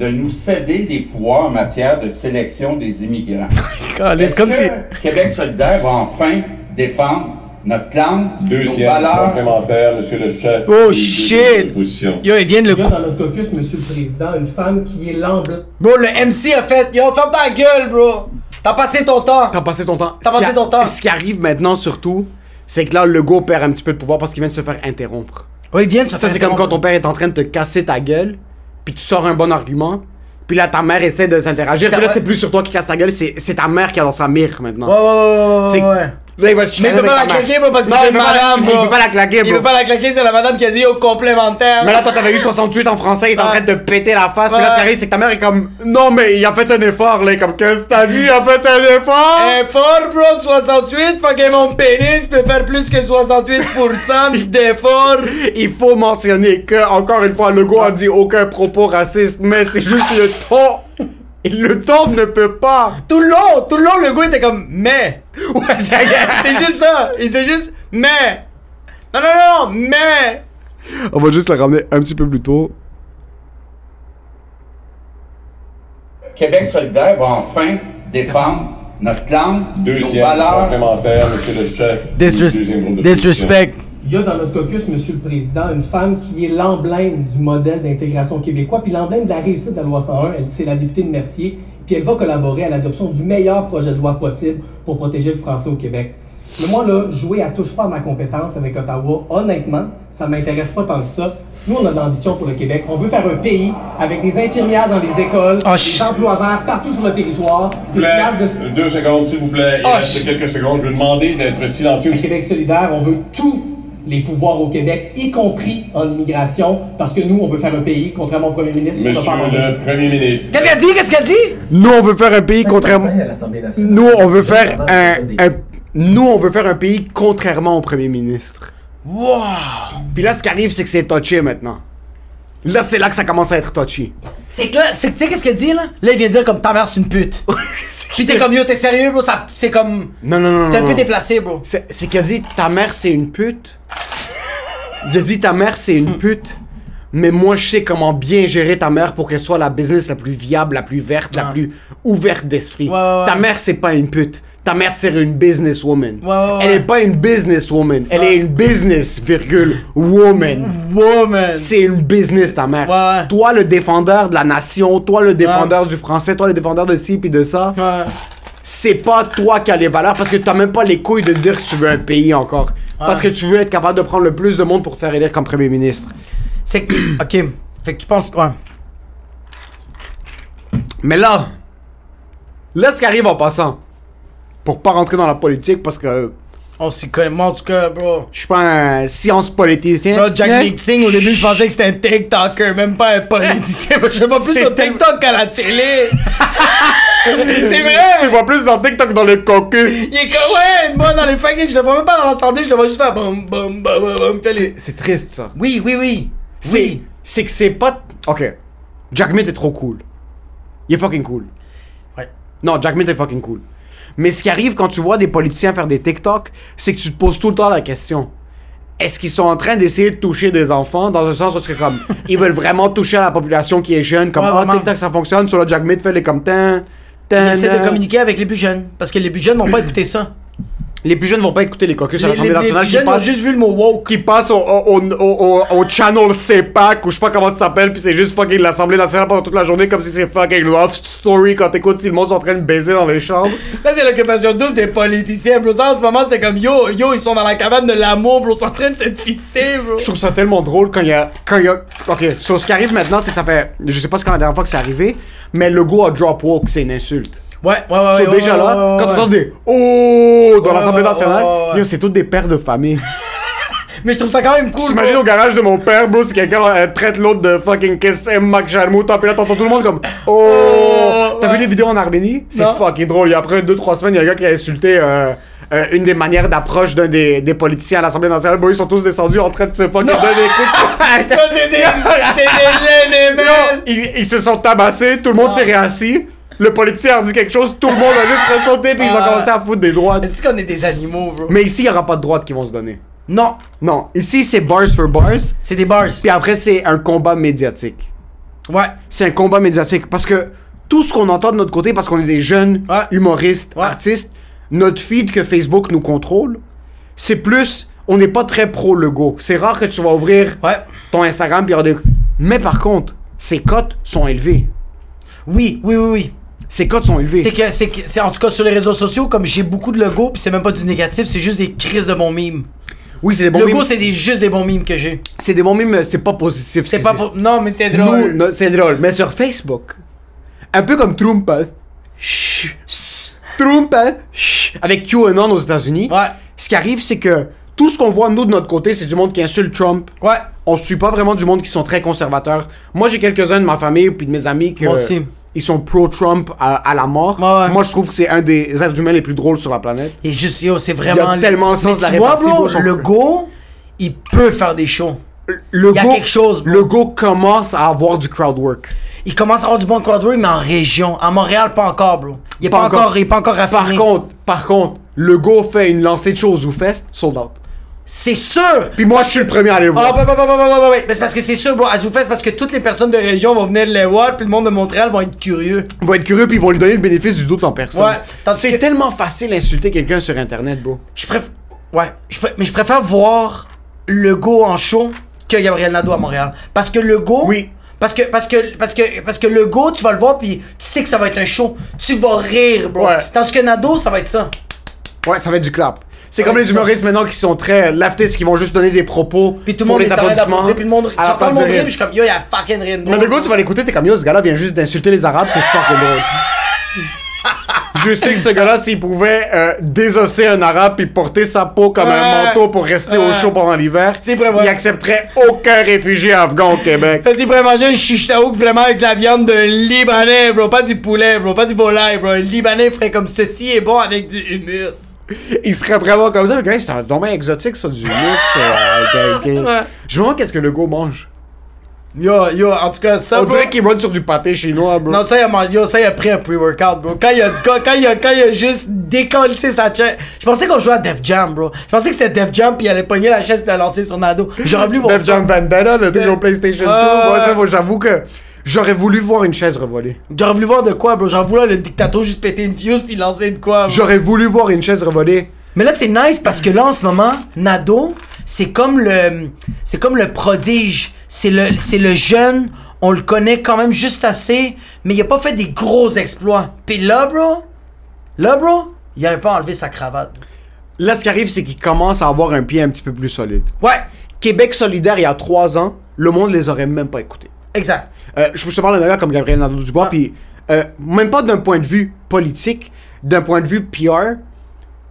Speaker 6: de nous céder des pouvoirs en matière de sélection des immigrants.
Speaker 4: C'est
Speaker 6: Est-ce que Québec solidaire va enfin défendre notre langue,
Speaker 7: Deuxième
Speaker 6: nos valeurs,
Speaker 7: complémentaire, monsieur le chef.
Speaker 2: Oh,
Speaker 7: des deux
Speaker 2: shit.
Speaker 7: oppositions.
Speaker 2: Yo, ils viennent le
Speaker 5: Il y
Speaker 2: coup.
Speaker 5: a dans notre caucus, monsieur le président, une femme qui est l'emblème
Speaker 2: Bro, le MC a fait. Yo, ferme ta gueule, bro. T'as passé ton temps.
Speaker 3: T'as passé ton temps.
Speaker 2: T'as
Speaker 3: Ce qui
Speaker 2: passé
Speaker 3: a-
Speaker 2: ton temps.
Speaker 3: Ce qui arrive maintenant, surtout, c'est que là, le go perd un petit peu de pouvoir parce qu'il vient de se faire interrompre.
Speaker 2: Ouais, ils viennent.
Speaker 3: Ça, c'est comme quand ton père est en train de te casser ta gueule, puis tu sors un bon argument, puis là, ta mère essaie de s'interagir, puis là, c'est plus sur toi qui casse ta gueule, c'est c'est ta mère qui est dans sa mire maintenant.
Speaker 2: Ouais, ouais, ouais,
Speaker 3: C'est-
Speaker 2: ouais, ouais.
Speaker 3: Là, il va se chicaner
Speaker 4: Mais il peut pas
Speaker 3: avec ta
Speaker 4: la
Speaker 3: mère.
Speaker 4: claquer, bro, parce que
Speaker 3: Non,
Speaker 4: c'est
Speaker 3: il peut pas-
Speaker 4: madame,
Speaker 3: Il
Speaker 4: bro.
Speaker 3: peut pas la claquer,
Speaker 4: Il
Speaker 3: bro.
Speaker 4: veut pas la claquer, c'est la madame qui a dit au complémentaire.
Speaker 3: Mais là, toi, t'avais eu 68 en français, il est en
Speaker 4: Ouais.
Speaker 3: train de te péter la face, puis là,
Speaker 4: Ouais.
Speaker 3: ce qui arrive, c'est que ta mère est comme Non, mais il a fait un effort, là, comme Qu'est-ce que t'as dit, il a fait un effort
Speaker 4: Eh, fort, bro, 68, fuck et mon pénis peut faire plus que 68% d'effort.
Speaker 3: Il faut mentionner que, encore une fois, Legault a dit aucun propos raciste, mais c'est juste le ton. Et le ton ne peut pas.
Speaker 4: Tout le long, tout le long, le gars était comme, mais.
Speaker 3: Ouais, c'est
Speaker 4: C'est juste ça. Il disait juste, mais. Non, non, non, mais.
Speaker 3: On va juste la ramener un petit peu plus tôt.
Speaker 6: Québec solidaire va enfin défendre notre langue, nos
Speaker 7: Deuxième
Speaker 6: valeurs,
Speaker 7: complémentaire, monsieur le chef. du deuxième groupe
Speaker 2: Disres-
Speaker 7: d'opposition.
Speaker 2: Disrespect.
Speaker 5: Il y a dans notre caucus, Monsieur le Président, une femme qui est l'emblème du modèle d'intégration québécois, puis l'emblème de la réussite de la loi 101. Elle, c'est la députée de Mercier, puis elle va collaborer à l'adoption du meilleur projet de loi possible pour protéger le français au Québec. Mais moi, là, jouer à touche pas à ma compétence avec Ottawa, honnêtement, ça m'intéresse pas tant que ça. Nous, on a de l'ambition pour le Québec. On veut faire un pays avec des infirmières dans les écoles,
Speaker 2: Ah,
Speaker 5: des
Speaker 2: ch-
Speaker 5: emplois verts partout sur le territoire, des
Speaker 7: S'il vous
Speaker 5: places de...
Speaker 7: plaît, Deux secondes, s'il vous plaît. Il
Speaker 2: Oh,
Speaker 7: reste
Speaker 2: ch-
Speaker 7: quelques secondes. Je vais demander d'être silencieux.
Speaker 5: Le Québec solidaire, on veut tous les pouvoirs au Québec, y compris en immigration, parce que nous, on veut faire un pays, contrairement au premier ministre, on va
Speaker 7: Monsieur
Speaker 5: pas en
Speaker 7: le premier ministre.
Speaker 2: Qu'est-ce qu'elle dit? Qu'est-ce qu'elle dit?
Speaker 3: Nous, on veut faire un pays contrairement. Nous, on veut faire un, un- Nous, on veut faire un pays contrairement au premier ministre. Wow. Puis là, ce qui arrive, c'est que c'est touché maintenant. Là, c'est là que ça commence à être touché.
Speaker 2: C'est clair, c'est tu sais qu'est-ce qu'elle dit là? Là, il vient de dire comme ta mère c'est une pute. Puis t'es comme yo, t'es sérieux, bro? Ça, c'est comme.
Speaker 3: Non, non, non.
Speaker 2: C'est un
Speaker 3: non,
Speaker 2: peu
Speaker 3: non.
Speaker 2: déplacé, bro.
Speaker 3: C'est c'est qu'elle dit ta mère c'est une pute. Il a dit ta mère c'est une pute. Mais moi je sais comment bien gérer ta mère pour qu'elle soit la business la plus viable, la plus verte, la
Speaker 2: Ouais.
Speaker 3: plus ouverte d'esprit.
Speaker 2: Ouais, ouais, ouais.
Speaker 3: Ta mère c'est pas une pute. Ta mère c'est une businesswoman.
Speaker 2: Ouais, ouais, ouais.
Speaker 3: Elle est pas une businesswoman. Elle est une business virgule woman.
Speaker 2: Woman!
Speaker 3: C'est une business ta mère.
Speaker 2: Ouais, ouais.
Speaker 3: Toi le défendeur de la nation, toi le défendeur du français, toi le défendeur de ci puis de ça
Speaker 2: Ouais.
Speaker 3: c'est pas toi qui as les valeurs parce que t'as même pas les couilles de dire que tu veux un pays encore. Parce que tu veux être capable de prendre le plus de monde pour te faire élire comme premier ministre.
Speaker 2: C'est que. Ok. Fait que tu penses. Ouais.
Speaker 3: Mais là, là ce qui arrive en passant, pour pas rentrer dans la politique parce que
Speaker 2: On s'y connaît. Moi, en tout cas, bro.
Speaker 3: je suis pas un science politicien.
Speaker 2: Bro, Jack
Speaker 3: hein?
Speaker 2: Meeting, au début, je pensais que c'était un TikToker, même pas un politicien. Moi, je vois plus sur
Speaker 3: C'était-
Speaker 2: TikTok qu'à la télé. c'est
Speaker 3: Tu
Speaker 2: vrai!
Speaker 3: vois plus en TikTok dans le cocu.
Speaker 2: Il est comme, ouais, moi, dans les fucking, je le vois même pas dans l'assemblée, je le vois juste faire bum bum bum bum bum. faire les-
Speaker 3: C'est triste ça.
Speaker 2: Oui, oui, oui.
Speaker 3: C'est-
Speaker 2: Oui.
Speaker 3: C'est que c'est pas. Ok. Jack Meat est trop cool. Il est fucking cool.
Speaker 2: Ouais.
Speaker 3: Non, Jack Meat est fucking cool. Mais ce qui arrive quand tu vois des politiciens faire des TikTok, c'est que tu te poses tout le temps la question. Est-ce qu'ils sont en train d'essayer de toucher des enfants dans un sens où c'est comme ils veulent vraiment toucher à la population qui est jeune comme
Speaker 2: Ouais,
Speaker 3: ah
Speaker 2: vraiment.
Speaker 3: TikTok ça fonctionne sur le Jack Mid fait les comme tin
Speaker 2: On
Speaker 3: tin,
Speaker 2: essaie de
Speaker 3: nan.
Speaker 2: communiquer avec les plus jeunes. Parce que les plus jeunes vont pas écouter ça.
Speaker 3: les plus jeunes vont pas écouter les caucus à
Speaker 2: Les, les-
Speaker 3: l'Assemblée
Speaker 2: les
Speaker 3: nationale
Speaker 2: plus
Speaker 3: qui
Speaker 2: jeunes ont
Speaker 3: passent
Speaker 2: juste vu le mot woke.
Speaker 3: qui passe au, au, au, au, au- au channel CEPAC ou je sais pas comment ça s'appelle, puis c'est juste fucking l'Assemblée nationale pendant toute la journée comme si c'est fucking love story quand t'écoutes si le monde est en train de baiser dans les chambres.
Speaker 4: Ça, c'est l'occupation double des politiciens, bro. Ça, en ce moment, c'est comme yo, yo, ils sont dans la cabane de l'amour, bro. Ils sont en train de se fister, bro.
Speaker 3: Je trouve ça tellement drôle quand il y a. Quand il y a... Ok, so, ce qui arrive maintenant, c'est que ça fait. Je sais pas c'est quand la dernière fois que c'est arrivé, mais le go à drop walk, c'est une insulte.
Speaker 2: Ouais, ouais, ouais.
Speaker 3: So,
Speaker 2: ouais,
Speaker 3: déjà
Speaker 2: ouais,
Speaker 3: là,
Speaker 2: ouais, ouais,
Speaker 3: quand
Speaker 2: ouais.
Speaker 3: t'entends des Oh dans
Speaker 2: Ouais,
Speaker 3: l'Assemblée
Speaker 2: ouais,
Speaker 3: nationale,
Speaker 2: ouais, ouais, ouais.
Speaker 3: yo, c'est toutes des pères de famille.
Speaker 2: Mais je trouve ça quand même cool.
Speaker 3: T'imagines
Speaker 2: bro.
Speaker 3: au garage de mon père, bro, si quelqu'un euh, traite l'autre de fucking KSM Mac Jarmouta, puis là t'entends tout le monde comme Oh! T'as vu les vidéos en Arménie? C'est
Speaker 2: Non.
Speaker 3: fucking drôle. Il y a après 2-3 semaines, il y a un gars qui a insulté euh, euh, une des manières d'approche d'un des, des politiciens à l'Assemblée nationale. Bon, ils sont tous descendus en train de se fucking donner des coups. de-
Speaker 4: Ça, c'est des, c'est des
Speaker 2: eh,
Speaker 4: laines, man.
Speaker 3: ils, ils se sont tabassés, tout le monde s'est réassis. Le politicien a dit quelque chose, tout le monde a juste ressauté, puis ils ont
Speaker 4: Ah.
Speaker 3: commencé à foutre des droites.
Speaker 4: Mais C'est qu'on est des animaux, bro.
Speaker 3: Mais ici, il n'y aura pas de droites qui vont se donner.
Speaker 2: Non,
Speaker 3: Non, ici, c'est bars for bars.
Speaker 2: c'est des bars.
Speaker 3: Puis après, c'est un combat médiatique.
Speaker 2: Ouais.
Speaker 3: C'est un combat médiatique. Parce que tout ce qu'on entend de notre côté, parce qu'on est des jeunes,
Speaker 2: Ouais.
Speaker 3: humoristes,
Speaker 2: Ouais.
Speaker 3: artistes, notre feed que Facebook nous contrôle, c'est plus. On n'est pas très pro-lego. C'est rare que tu vas ouvrir
Speaker 2: Ouais.
Speaker 3: ton Instagram puis il y aura des. Mais par contre, ses cotes sont élevées.
Speaker 2: Oui, oui, oui, oui.
Speaker 3: Ses cotes sont élevées.
Speaker 2: C'est que, c'est que, c'est en tout cas sur les réseaux sociaux, comme j'ai beaucoup de logos, puis c'est même pas du négatif, c'est juste des crises de bons mimes.
Speaker 3: Oui, c'est des bons
Speaker 2: Logos,
Speaker 3: mimes.
Speaker 2: c'est des, juste des bons mimes que j'ai.
Speaker 3: C'est des bons mimes, mais c'est pas positif.
Speaker 2: C'est pas pour. Non, mais c'est
Speaker 3: Nous,
Speaker 2: drôle.
Speaker 3: no- c'est drôle. Mais sur Facebook, un peu comme Trump. hein. Chut. Trump, hein. Chut. avec QAnon aux États-Unis.
Speaker 2: Ouais.
Speaker 3: Ce qui arrive, c'est que tout ce qu'on voit, nous, de notre côté, c'est du monde qui insulte Trump.
Speaker 2: Ouais.
Speaker 3: On suit pas vraiment du monde qui sont très conservateurs. Moi, j'ai quelques-uns de ma famille puis de mes amis qui
Speaker 2: Moi aussi.
Speaker 3: ils sont pro-Trump à, à la mort.
Speaker 2: Ouais, ouais.
Speaker 3: Moi, je trouve que c'est un des êtres humains les plus drôles sur la planète.
Speaker 2: Et juste, yo, c'est vraiment.
Speaker 3: tellement le sens
Speaker 2: Mais
Speaker 3: de la
Speaker 2: tu vois,
Speaker 3: répartie,
Speaker 2: bro,
Speaker 3: bro, son-
Speaker 2: le go, il peut faire des shows.
Speaker 3: Le
Speaker 2: Il y a
Speaker 3: go-
Speaker 2: quelque chose, bro.
Speaker 3: Le go commence à avoir du crowd work.
Speaker 2: Il commence à avoir du bon crowdwork, mais en région. À Montréal, pas encore, bro. Il est
Speaker 3: Pas
Speaker 2: pas,
Speaker 3: encore.
Speaker 2: encore, il est pas encore
Speaker 3: Par
Speaker 2: raffiné.
Speaker 3: contre, par contre, le go fait une lancée de choses ou fest, sold out.
Speaker 2: c'est sûr.
Speaker 3: Puis moi, je suis le premier à aller
Speaker 2: Ah,
Speaker 3: voir.
Speaker 2: bah, bah, bah, bah, bah, bah, bah, Mais c'est parce que c'est sûr, bro, à Zoufès, parce que toutes les personnes de région vont venir les voir, puis le monde de Montréal vont être curieux.
Speaker 3: Ils vont être curieux puis ils vont lui donner le bénéfice du doute en personne.
Speaker 2: Ouais, tandis
Speaker 3: C'est
Speaker 2: que-
Speaker 3: tellement facile d'insulter quelqu'un sur Internet, bro.
Speaker 2: Je préfère. Ouais. Je pré- Mais je préfère voir le go en show que Gabriel Nadeau à Montréal. Parce que le go.
Speaker 3: Oui.
Speaker 2: Parce que, parce que, parce que, parce que le go, tu vas le voir, puis tu sais que ça va être un show. Tu vas rire, bro.
Speaker 3: Ouais.
Speaker 2: Tandis que Nadeau, ça va être ça.
Speaker 3: Ouais, ça va être du clap. C'est comme
Speaker 2: Ouais,
Speaker 3: les
Speaker 2: c'est ça.
Speaker 3: humoristes maintenant qui sont très leftistes, qui vont juste donner des propos.
Speaker 2: Puis tout le monde
Speaker 3: pour les
Speaker 2: est en train
Speaker 3: applaudissements
Speaker 2: d'applaudir, puis le monde.
Speaker 3: à la
Speaker 2: J'entends
Speaker 3: place
Speaker 2: le
Speaker 3: de
Speaker 2: monde rire,
Speaker 3: rire.
Speaker 2: puis je suis comme, yo, y'a fucking rien de
Speaker 3: Mais
Speaker 2: drôle.
Speaker 3: le gars, tu vas l'écouter, t'es comme yo, ce gars-là vient juste d'insulter les Arabes, c'est fucking drôle. Je sais que ce gars-là, s'il pouvait euh, désosser un arabe puis porter sa peau comme un
Speaker 4: Ouais.
Speaker 3: manteau pour rester au
Speaker 4: Ouais.
Speaker 3: chaud pendant l'hiver,
Speaker 4: C'est vrai, ouais.
Speaker 3: il accepterait aucun réfugié afghan au Québec.
Speaker 4: Ça, c'est pour manger un chichtaouk vraiment avec la viande d'un Libanais, bro. Pas du poulet, bro. Pas du volaille, bro. Un Libanais ferait comme ceci est bon avec du hummus.
Speaker 3: Il serait vraiment comme ça, mais gars, c'est un domaine exotique, ça, du mousse. euh, ok, ok. Je me demande qu'est-ce que le gars mange.
Speaker 4: Yo, yo, en tout cas, ça,
Speaker 3: On
Speaker 4: bro.
Speaker 3: dirait qu'il monte sur du pâté chinois, bro.
Speaker 4: Non, ça, il a mangé, yo, ça, il a pris un pre-workout, bro. Quand il a, quand, quand il a, quand il a juste décollé sa chaise.
Speaker 2: Je pensais qu'on jouait à Def Jam, bro. Je pensais que c'était Def Jam, puis il allait pogner la chaise, puis la lancer sur Nadeau. J'aurais voulu voir
Speaker 3: Def
Speaker 2: ça.
Speaker 3: Jam Vendetta, le truc sur PlayStation 2.
Speaker 4: ouais,
Speaker 3: Moi, ça,
Speaker 4: ouais.
Speaker 3: moi, j'avoue que j'aurais voulu voir une chaise revoler.
Speaker 2: J'aurais voulu voir de quoi, bro. J'aurais voulu voir le dictateur juste péter une fuse, puis lancer de quoi, bro.
Speaker 3: J'aurais voulu voir une chaise revoler.
Speaker 2: Mais là, c'est nice parce que là, en ce moment, Nado, c'est comme le, c'est comme le prodige. C'est le, c'est le jeune. On le connaît quand même juste assez, mais il a pas fait des gros exploits. Puis là, bro, là, bro, il avait pas enlevé sa cravate.
Speaker 3: Là, ce qui arrive, c'est qu'ils commencent à avoir un pied un petit peu plus solide.
Speaker 2: Ouais,
Speaker 3: Québec solidaire, il y a trois ans, le monde les aurait même pas écoutés.
Speaker 2: exact.
Speaker 3: Euh, je je te parle d'un gars comme Gabriel Nadeau-Dubois,
Speaker 2: Ah.
Speaker 3: puis euh, même pas d'un point de vue politique, d'un point de vue PR,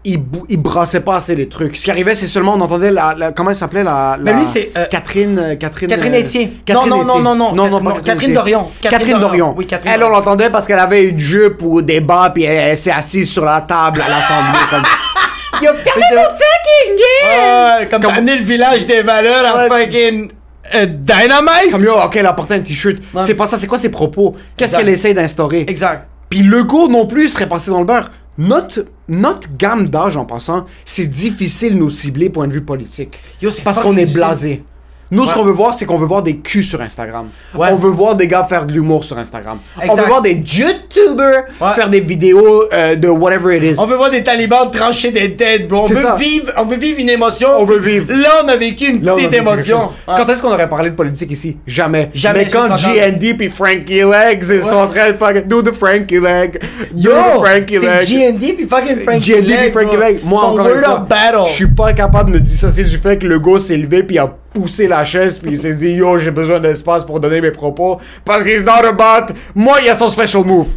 Speaker 3: il, bou- il brassait pas assez les trucs. Ce qui arrivait, c'est seulement on entendait la, la- comment elle s'appelait la, la-
Speaker 2: Mais lui, c'est, euh,
Speaker 3: Catherine euh, Catherine
Speaker 2: Catherine
Speaker 3: euh,
Speaker 2: Etier.
Speaker 3: Catherine
Speaker 2: Non, non,
Speaker 3: Etier.
Speaker 2: non, non, non,
Speaker 3: non,
Speaker 2: Cat-
Speaker 3: pas
Speaker 2: non, Catherine Dorion.
Speaker 3: Catherine,
Speaker 2: Catherine
Speaker 3: Dorion.
Speaker 2: Dorion. Oui, Catherine
Speaker 3: elle, on
Speaker 2: Dorion.
Speaker 3: l'entendait parce qu'elle avait une jupe ou des bas, puis elle, elle s'est assise sur la table à l'Assemblée comme. Yo, fermez vos fucking
Speaker 2: Euh,
Speaker 4: Ah, comme
Speaker 3: Comme-
Speaker 4: t'as amené le village des valeurs à
Speaker 3: Ouais.
Speaker 4: fucking euh, dynamite.
Speaker 3: Comme yo, ok, elle a porté un t-shirt.
Speaker 2: Ouais.
Speaker 3: C'est pas ça, c'est quoi ses propos Qu'est-ce
Speaker 2: Exact.
Speaker 3: qu'elle essaie d'instaurer
Speaker 2: Exact.
Speaker 3: Puis Legault non plus serait passé dans le beurre. Notre notre gamme d'âge, en passant, c'est difficile de nous cibler point de vue politique.
Speaker 2: Yo, c'est
Speaker 3: parce
Speaker 2: fucking
Speaker 3: qu'on est
Speaker 2: difficile.
Speaker 3: blasé. Nous, ce
Speaker 2: Ouais.
Speaker 3: qu'on veut voir, c'est qu'on veut voir des culs sur Instagram.
Speaker 2: Ouais.
Speaker 3: On veut voir des gars faire de l'humour sur Instagram. On
Speaker 2: Exact.
Speaker 3: veut voir des YouTubers
Speaker 2: Ouais.
Speaker 3: faire des vidéos euh, de whatever it is.
Speaker 2: On veut voir des talibans trancher des têtes, bro. On
Speaker 3: C'est
Speaker 2: veut
Speaker 3: ça.
Speaker 2: vivre, on veut vivre une émotion.
Speaker 3: On veut vivre.
Speaker 2: Là, on a vécu Ah. une
Speaker 3: Là, on a
Speaker 2: petite
Speaker 3: vécu quelque
Speaker 2: émotion.
Speaker 3: chose. Quand est-ce qu'on aurait parlé de politique ici? Jamais.
Speaker 2: Jamais,
Speaker 3: Mais quand
Speaker 2: c'est pas
Speaker 3: GND puis Frankie Legs, ils sont en train de faire Do the Frankie Leg. Do
Speaker 2: Yo,
Speaker 3: the Frankie
Speaker 2: c'est
Speaker 3: Leg.
Speaker 2: GND puis fucking Frankie
Speaker 3: GND
Speaker 2: Leg,
Speaker 3: puis Frankie
Speaker 2: bro.
Speaker 3: Leg. Moi,
Speaker 2: Son
Speaker 3: encore une
Speaker 2: word
Speaker 3: fois,
Speaker 2: of battle.
Speaker 3: je suis pas capable de me dissocier du fait que le gars s'est levé puis a poussé la chaise puis il s'est dit Yo, j'ai besoin d'espace pour donner mes propos parce qu'il not about. Moi, il y a son special move.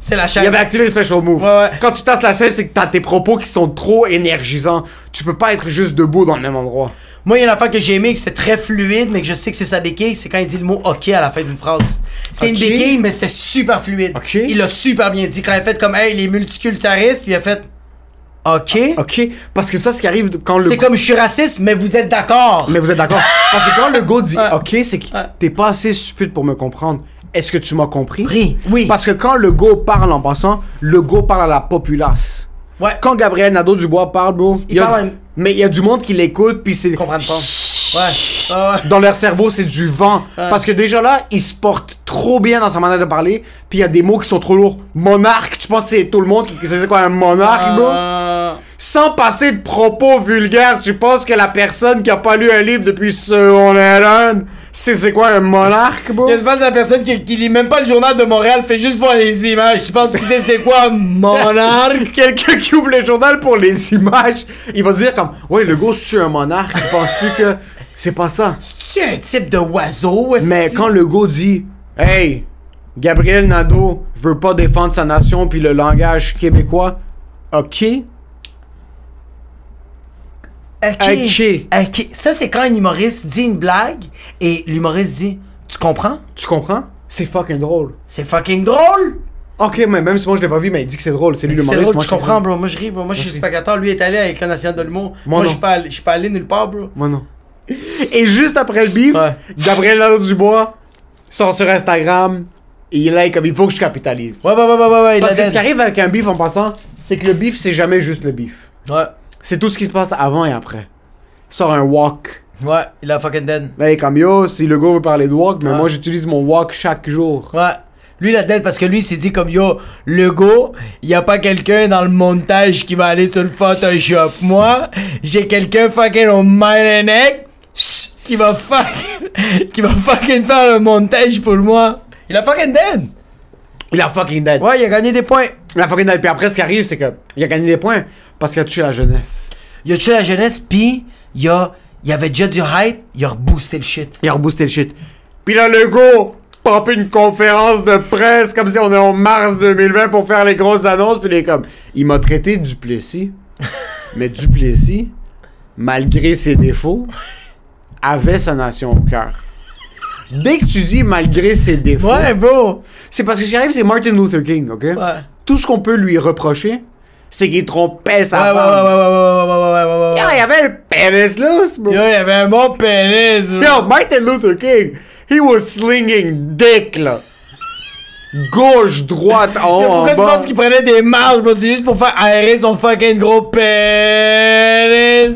Speaker 2: C'est la chaîne.
Speaker 3: Il avait activé le special move.
Speaker 2: Ouais, ouais.
Speaker 3: Quand tu tasses la chaise, c'est que t'as tes propos qui sont trop énergisants. Tu peux pas être juste debout dans le même endroit.
Speaker 2: Moi, il y a une affaire que j'ai aimé, que c'est très fluide, mais que je sais que c'est sa béquille, c'est quand il dit le mot OK à la fin d'une phrase. C'est une
Speaker 3: Ok.
Speaker 2: béquille, mais c'était super fluide.
Speaker 3: Ok.
Speaker 2: Il l'a super bien dit. Quand il a fait comme, hey, les multiculturalistes, puis il a fait OK.
Speaker 3: Ok? Parce que ça, ce qui arrive quand Ah, le
Speaker 2: C'est comme, je suis raciste, mais vous êtes d'accord.
Speaker 3: Mais vous êtes d'accord? Parce que quand le go dit OK, c'est que t'es pas assez stupide pour me comprendre. Est-ce que tu m'as compris?
Speaker 2: Pris, oui.
Speaker 3: Parce que quand le go parle en passant, le go parle à la populace.
Speaker 2: Ouais.
Speaker 3: Quand Gabriel Nadeau-Dubois parle, bro,
Speaker 2: Il
Speaker 3: y a-
Speaker 2: parle à-
Speaker 3: mais il y a du monde qui l'écoute, puis c'est.
Speaker 2: Ils comprennent pas. Ouais. Ah ouais.
Speaker 3: Dans leur cerveau, c'est du vent. Parce que déjà là, il se porte trop bien dans sa manière de parler, puis il y a des mots qui sont trop lourds. Monarque, tu penses que c'est tout le monde qui qui sait c'est quoi un monarque, Ah, bro? sans passer de propos vulgaires, tu penses que la personne qui a pas lu un livre depuis secondaire 1, c'est c'est quoi un monarque, bro?
Speaker 4: Je pense à la personne qui, qui lit même pas le journal de Montréal, fait juste voir les images. Tu penses qu'il sait c'est quoi, mon
Speaker 3: Monarque? Quelqu'un qui ouvre le journal pour les images, il va se dire comme, ouais, le gars, c'est un monarque, penses-tu que c'est pas ça?
Speaker 2: C'est un type de oiseau. est-ce
Speaker 3: Mais
Speaker 2: que-
Speaker 3: quand le gars dit, hey, Gabriel Nadeau veut pas défendre sa nation puis le langage québécois, ok?
Speaker 2: Ok.
Speaker 3: Ok.
Speaker 2: Ok. Ça, c'est quand un humoriste dit une blague et l'humoriste dit Tu comprends
Speaker 3: Tu comprends? C'est fucking drôle.
Speaker 2: C'est fucking drôle
Speaker 3: Ok, mais même si moi je l'ai pas vu, mais il dit que c'est drôle, c'est lui le
Speaker 2: C'est
Speaker 3: humoriste,
Speaker 2: drôle,
Speaker 3: moi,
Speaker 2: tu
Speaker 3: je sais
Speaker 2: comprends,
Speaker 3: que-
Speaker 2: bro. Moi, je ris, bro. Moi, je suis spectateur. Lui est allé avec le National de l'humour. Moi,
Speaker 3: Moi,
Speaker 2: je
Speaker 3: non.
Speaker 2: suis pas allé- je suis pas allé nulle part, bro.
Speaker 3: Moi non. Et juste après le bif,
Speaker 2: Ouais.
Speaker 3: Gabriel Nadeau Dubois sort sur Instagram et il est là comme il faut que je capitalise.
Speaker 2: Ouais, ouais, ouais, ouais, ouais. ouais,
Speaker 3: Parce
Speaker 2: la
Speaker 3: que ce qui
Speaker 2: dette.
Speaker 3: arrive avec un bif en passant, c'est que le bif c'est jamais juste le bif.
Speaker 2: Ouais,
Speaker 3: C'est tout ce qui se passe avant et après. Sort un walk.
Speaker 2: ouais, il a fucking dead.
Speaker 3: Là il est comme yo, si le gars veut parler de walk, mais
Speaker 2: Ouais.
Speaker 3: moi j'utilise mon walk chaque jour.
Speaker 2: Ouais. Lui, la dead parce que lui, il s'est dit comme yo, le go, y a pas quelqu'un dans le montage qui va aller sur le Photoshop. Moi, j'ai quelqu'un fucking au mile and egg qui va fucking, qui va fucking faire le montage pour moi. Il a fucking dead.
Speaker 3: Il a fucking dead.
Speaker 2: Ouais, il a gagné des points.
Speaker 3: Il a fucking dead. Puis après ce qui arrive, c'est que il a gagné des points parce qu'il a touché la jeunesse.
Speaker 2: Il a tué la jeunesse, pis il a, il avait déjà du hype, il a reboosté le shit.
Speaker 3: Il a reboosté le shit. Puis là, le go pop une conférence de presse comme si on est en mars 2020 pour faire les grosses annonces. Puis il est comme, il m'a traité de Duplessis. Mais Duplessis, malgré ses défauts, avait sa nation au cœur. Dès que tu dis malgré ses défauts,
Speaker 2: Ouais, bro.
Speaker 3: c'est parce que ce qui arrive, c'est Martin Luther King, ok?
Speaker 2: Ouais.
Speaker 3: Tout ce qu'on peut lui reprocher, c'est qu'il trompait
Speaker 2: Ouais, ouais,
Speaker 3: sa
Speaker 2: ouais, ouais, ouais, ouais,
Speaker 3: femme.
Speaker 2: ouais, ouais, ouais, ouais, ouais,
Speaker 3: Ah,
Speaker 2: ouais.
Speaker 3: il avait le pénis loose, bro.
Speaker 2: Yo, il avait un bon pénis. bro.
Speaker 3: Yo, Martin Luther King, he was slinging dick, là. Gauche, droite, en haut, en
Speaker 2: Pourquoi tu
Speaker 3: bas.
Speaker 2: penses qu'il prenait des marges, bro? C'est juste pour faire aérer son fucking gros pénis.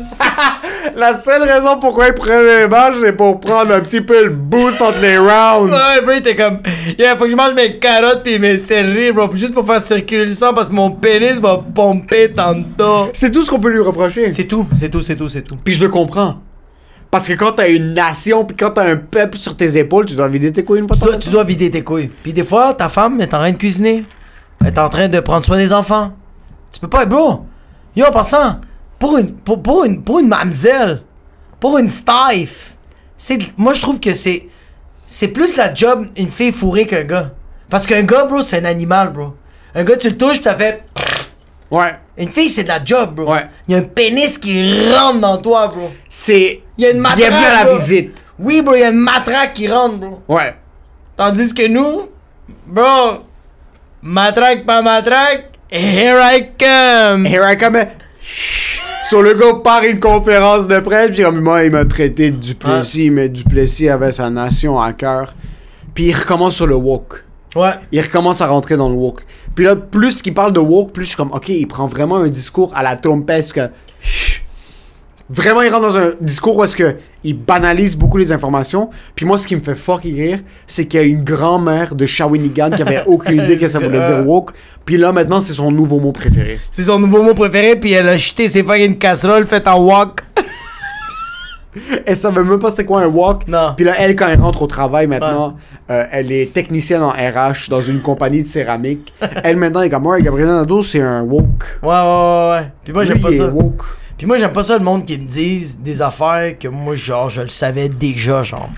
Speaker 3: La seule raison pourquoi il prenait les marches, c'est pour prendre un petit peu le boost entre les rounds.
Speaker 2: Ouais, bro, il était comme, yeah, faut que je mange mes carottes pis mes céleris, bro, juste pour faire circuler le sang parce que mon pénis va pomper tantôt.
Speaker 3: C'est tout ce qu'on peut lui reprocher.
Speaker 2: C'est tout, c'est tout, c'est tout, c'est tout.
Speaker 3: Puis je le comprends. Parce que quand t'as une nation, puis quand t'as un peuple sur tes épaules, tu dois vider tes couilles une fois
Speaker 2: Tu dois, tu dois vider tes couilles. Puis des fois, ta femme est en train de cuisiner. Elle est en train de prendre soin des enfants. Tu peux pas, bro. Yo, en passant, pour une, pour, pour une, pour une mamzelle, pour une stife, c'est, moi je trouve que c'est, c'est plus la job une fille fourrée qu'un gars. Parce qu'un gars, bro, c'est un animal, bro. Un gars, tu le touches, t'as fait.
Speaker 3: Ouais.
Speaker 2: Une fille, c'est de la job, bro.
Speaker 3: Ouais.
Speaker 2: Il y a un pénis qui rentre dans toi, bro.
Speaker 3: C'est...
Speaker 2: Il y a une matraque.
Speaker 3: Bienvenue à la
Speaker 2: bro.
Speaker 3: visite.
Speaker 2: Oui, bro, il y a une matraque qui rentre, bro.
Speaker 3: Ouais.
Speaker 2: Tandis que nous, bro, matraque pas matraque, here I come.
Speaker 3: Here I come. Sur le gars part une conférence de presse, puis j'ai comme moi il m'a traité de Duplessis, mais Duplessis avait sa nation à cœur. Puis il recommence sur le walk.
Speaker 2: Ouais.
Speaker 3: il recommence à rentrer dans le woke. Puis là, plus qu'il parle de woke, plus je suis comme, ok, il prend vraiment un discours à la trompesque. Vraiment, il rentre dans un discours où est-ce que il banalise beaucoup les informations. Puis moi, ce qui me fait fucking rire, c'est qu'il y a une grand-mère de Shawinigan qui avait aucune idée que ça voulait dire woke. Puis là, maintenant, c'est son nouveau mot préféré.
Speaker 2: C'est son nouveau mot préféré, puis elle a jeté ses fucking casseroles faites en wok.
Speaker 3: Elle savait même pas c'était quoi un walk.
Speaker 2: Non.
Speaker 3: Puis là, elle, quand elle rentre au travail maintenant, euh, elle est technicienne en RH dans une compagnie de céramique. elle, maintenant, est comme moi, Gabriel Nadeau, c'est un woke.
Speaker 2: Ouais, ouais, ouais, ouais. Puis moi,
Speaker 3: Lui,
Speaker 2: j'aime pas
Speaker 3: il est
Speaker 2: ça.
Speaker 3: woke.
Speaker 2: Puis moi, j'aime pas ça le monde qui me dise des affaires que moi, genre, je le savais déjà, genre.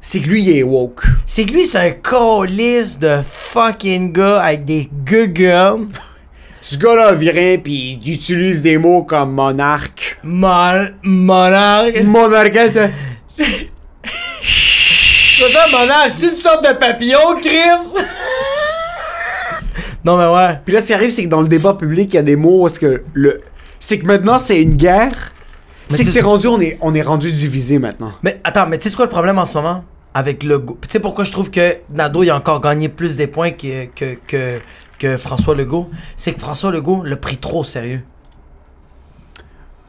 Speaker 3: C'est que lui, il est woke.
Speaker 2: C'est que lui, c'est un colis de fucking gars avec des gugules.
Speaker 3: Ce gars-là vient puis il utilise des mots comme monarque.
Speaker 2: Mon... Monarque.
Speaker 3: Monarchette.
Speaker 2: C'est ça, monarque. C'est une sorte de papillon, Chris. non, mais ouais.
Speaker 3: Puis là, ce qui arrive, c'est que dans le débat public, il y a des mots où est-ce que le. C'est que maintenant, c'est une guerre. C'est que
Speaker 2: tu-
Speaker 3: c'est rendu, on est, on est rendu divisé maintenant.
Speaker 2: Mais attends, mais tu sais c'est quoi le problème en ce moment? Avec le Tu sais pourquoi je trouve que Nadeau, il a encore gagné plus des points que, que, que, que François Legault? C'est que François Legault l'a pris trop au sérieux.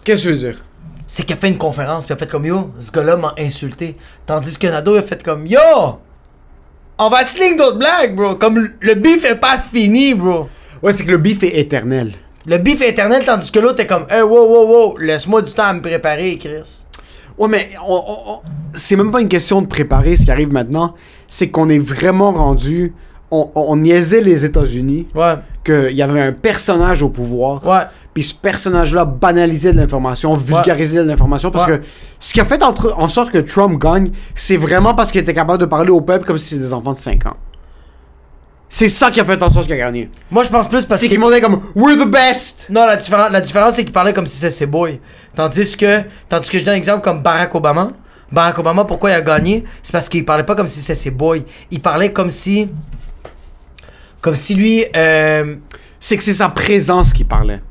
Speaker 3: Qu'est-ce que tu veux dire?
Speaker 2: c'est qu'il a fait une conférence, puis il a fait comme yo, ce gars-là m'a insulté. Tandis que Nadeau il a fait comme yo, on va se ligne d'autres blagues, bro. Comme le- le beef est pas fini, bro.
Speaker 3: Ouais, c'est que le bif est éternel.
Speaker 2: Le beef est éternel, tandis que l'autre est comme hey, wow, wow, wow, laisse-moi du temps à me préparer, Chris.
Speaker 3: Ouais, mais on- on- on- c'est même pas une question de préparer ce qui arrive maintenant. C'est qu'on est vraiment rendu. On, on niaisait les États-Unis,
Speaker 2: Ouais,
Speaker 3: qu'il y avait un personnage au pouvoir.
Speaker 2: ouais.
Speaker 3: Puis ce personnage-là banalisait de l'information, vulgarisait de l'information. Parce
Speaker 2: Ouais.
Speaker 3: que ce qui a fait entre- en sorte que Trump gagne, c'est vraiment parce qu'il était capable de parler au peuple comme si c'était des enfants de 5 ans. C'est ça qui a fait en sorte qu'il a gagné.
Speaker 2: Moi, je pense plus parce
Speaker 3: C'est
Speaker 2: que.
Speaker 3: qu'il montait comme We're the best!
Speaker 2: Non, la différence, la différence c'est qu'il parlait comme si c'était ses boys. Tandis que, tandis que je donne un exemple comme Barack Obama. Barack Obama, pourquoi il a gagné C'est parce qu'il parlait pas comme si c'était ses boys. Il parlait comme si. Comme si lui. euh,
Speaker 3: C'est que c'est sa présence qui parlait.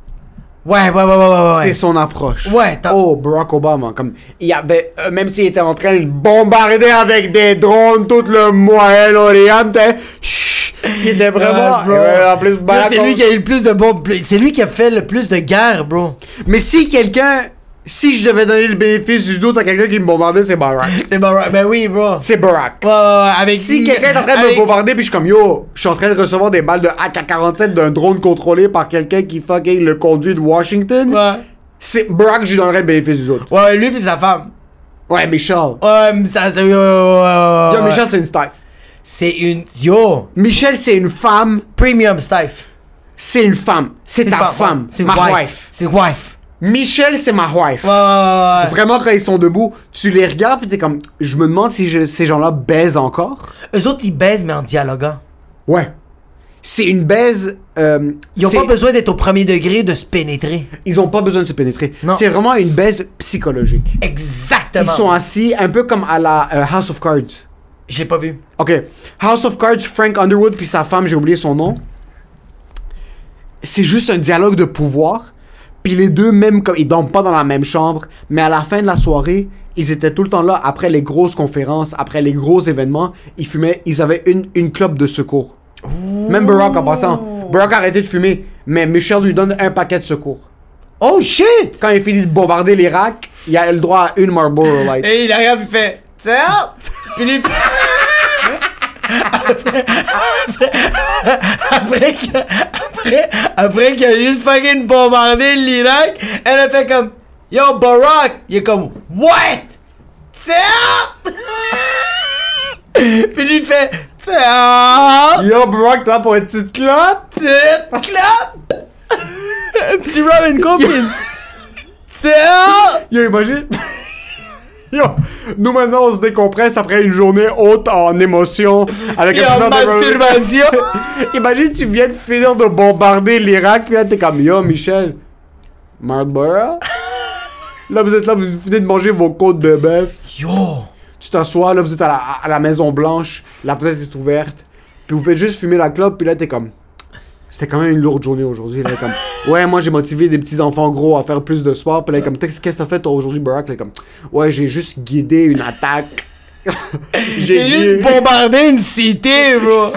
Speaker 2: Ouais, ouais, ouais, ouais, ouais. ouais.
Speaker 3: C'est son approche.
Speaker 2: Ouais, t'as-
Speaker 3: Oh, Barack Obama, comme il y avait, euh, même s'il était en train de bombarder avec des drones tout le Moyen-Orient, hein, chut, il était vraiment.
Speaker 2: Ah, bro.
Speaker 3: Ouais, en plus,
Speaker 2: Là,
Speaker 3: Barack
Speaker 2: c'est lui
Speaker 3: Obama-
Speaker 2: qui a eu le plus de bombes. C'est lui qui a fait le plus de guerres, bro.
Speaker 3: Mais si quelqu'un, si je devais donner le bénéfice du doute à quelqu'un qui me bombardait, c'est Barack.
Speaker 2: C'est Barack. Ben oui, bro.
Speaker 3: C'est Barack.
Speaker 2: Ouais, ouais, ouais, avec
Speaker 3: Si quelqu'un est en train de me
Speaker 2: avec-
Speaker 3: bombarder, puis je suis comme yo, je suis en train de recevoir des balles de AK-47 d'un drone contrôlé par quelqu'un qui fucking le conduit de Washington,
Speaker 2: Ouais.
Speaker 3: c'est Barack, je lui donnerais le bénéfice du doute.
Speaker 2: Ouais, lui pis sa femme.
Speaker 3: Ouais, Michel.
Speaker 2: Ouais, mais ça, c'est. ouais, ouais, ouais, Oh, ouais,
Speaker 3: Yo,
Speaker 2: ouais.
Speaker 3: Michel, c'est une staff.
Speaker 2: C'est une. Yo!
Speaker 3: Michel, c'est une femme.
Speaker 2: Premium Stife.
Speaker 3: C'est une femme. C'est
Speaker 2: C'est
Speaker 3: ta
Speaker 2: une
Speaker 3: femme.
Speaker 2: ouais. C'est une
Speaker 3: ma wife.
Speaker 2: C'est une wife.
Speaker 3: Michel, c'est ma wife.
Speaker 2: Ouais, ouais, ouais, ouais.
Speaker 3: Vraiment, quand ils sont debout, tu les regardes puis t'es comme, je me demande si je- ces gens-là baisent encore.
Speaker 2: Eux autres, ils baisent, mais en dialoguant.
Speaker 3: Ouais. C'est une baise. euh,
Speaker 2: Ils ont
Speaker 3: c'est-
Speaker 2: pas besoin d'être au premier degré de se pénétrer.
Speaker 3: ils ont pas besoin de se pénétrer.
Speaker 2: Non.
Speaker 3: C'est vraiment une baise psychologique.
Speaker 2: Exactement.
Speaker 3: Ils sont assis un peu comme à la euh, House of Cards.
Speaker 2: J'ai pas vu.
Speaker 3: Ok. House of Cards, Frank Underwood puis sa femme, j'ai oublié son nom. C'est juste un dialogue de pouvoir. Puis les deux, même comme ils dorment pas dans la même chambre, mais à la fin de la soirée, ils étaient tout le temps là après les grosses conférences, après les gros événements. Ils fumaient, ils avaient une, une clope de secours. Même Barack en passant. Barack a arrêté de fumer, mais Michel lui donne un paquet de secours.
Speaker 2: Oh shit!
Speaker 3: Quand il finit de bombarder l'Irak, il a le droit à une Marlboro Light.
Speaker 2: Et il arrive, il fait Tiens Puis lui. Après, après, après, que- après, après qu'il a juste fucking bombardé l'Irak, elle a fait comme Yo, Barack Il est comme What Tiens Puis lui, il fait Tiens
Speaker 3: Yo, Barack, t'as pour une petite clope?
Speaker 2: Tiens Clap Un petit Robin Corbin Tiens
Speaker 3: Yo, imagine. Yo, nous maintenant on se décompresse après une journée haute en émotion avec
Speaker 2: Et en
Speaker 3: un film de-
Speaker 2: masturbation
Speaker 3: Imagine tu viens de finir de bombarder l'Irak, puis là t'es comme Yo, Michel, Marlboro. là vous êtes là, vous venez de manger vos côtes de bœuf.
Speaker 2: Yo
Speaker 3: Tu t'assois, là vous êtes à la, à la Maison Blanche, la fenêtre est ouverte, puis vous faites juste fumer la clope, puis là t'es comme. C'était quand même une lourde journée aujourd'hui. Là, comme, ouais, moi j'ai motivé des petits enfants gros à faire plus de sport. Puis là, comme, T'es- qu'est-ce que t'as fait toi aujourd'hui, Barack? Là, comme, ouais, j'ai juste guidé une attaque
Speaker 4: J'ai
Speaker 3: J'ai
Speaker 4: juste bombardé une cité, bro.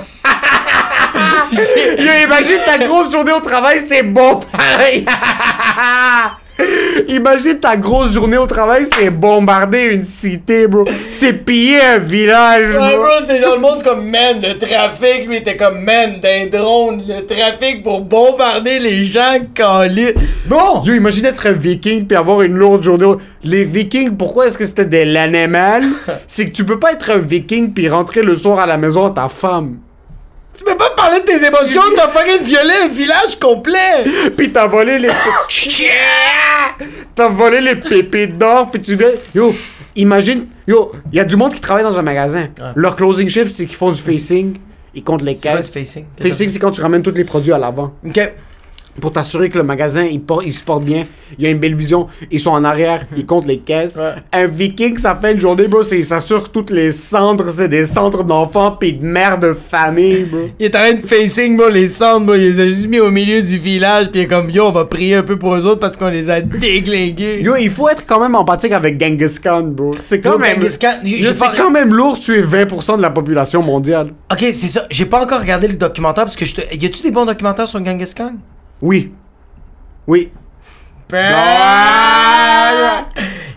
Speaker 3: Yo, imagine ta grosse journée au travail, c'est bon pareil. imagine ta grosse journée au travail, c'est bombarder une cité, bro. C'est piller un village,
Speaker 4: Ouais,
Speaker 3: bro.
Speaker 4: bro, c'est dans le monde comme man, le trafic, lui, était comme man d'un drone, le trafic pour bombarder les gens quand Bon!
Speaker 3: Yo, imagine être un viking puis avoir une lourde journée. au- Les vikings, pourquoi est-ce que c'était des l'animal? c'est que tu peux pas être un viking puis rentrer le soir à la maison à ta femme.
Speaker 4: Tu peux pas parler de tes émotions, t'as fucking violé un village complet!
Speaker 3: Pis t'as volé les. t'as volé les pépites d'or, pis tu viens. Yo, imagine. Yo, y a du monde qui travaille dans un magasin. Leur closing shift, c'est qu'ils font du facing. Ils comptent les
Speaker 2: C'est pas du
Speaker 3: caisses.
Speaker 2: facing.
Speaker 3: Facing, c'est quand tu ramènes tous les produits à l'avant.
Speaker 2: Ok.
Speaker 3: Pour t'assurer que le magasin, il, por- il se porte bien. Il y a une belle vision. Ils sont en arrière. Ils comptent les caisses. Un viking, ça fait une journée, bro. c'est- Il s'assure que toutes les cendres, c'est des cendres d'enfants pis de mères de famille, bro.
Speaker 4: Il est en train de facing, bro, les cendres, bro, il les a juste mis au milieu du village, pis il est comme yo, on va prier un peu pour eux autres parce qu'on les a déglingués.
Speaker 3: Yo, il faut être quand même empathique avec Genghis Khan, bro. C'est quand
Speaker 2: Yo,
Speaker 3: même.
Speaker 2: Genghis Khan, yo,
Speaker 3: Yo,
Speaker 2: j'ai
Speaker 3: c'est
Speaker 2: pas-
Speaker 3: quand même lourd tuer 20% de la population mondiale.
Speaker 2: Ok, c'est ça. J'ai pas encore regardé le documentaire parce que je te. Y a-tu des bons documentaires sur Genghis Khan?
Speaker 3: Oui. Oui.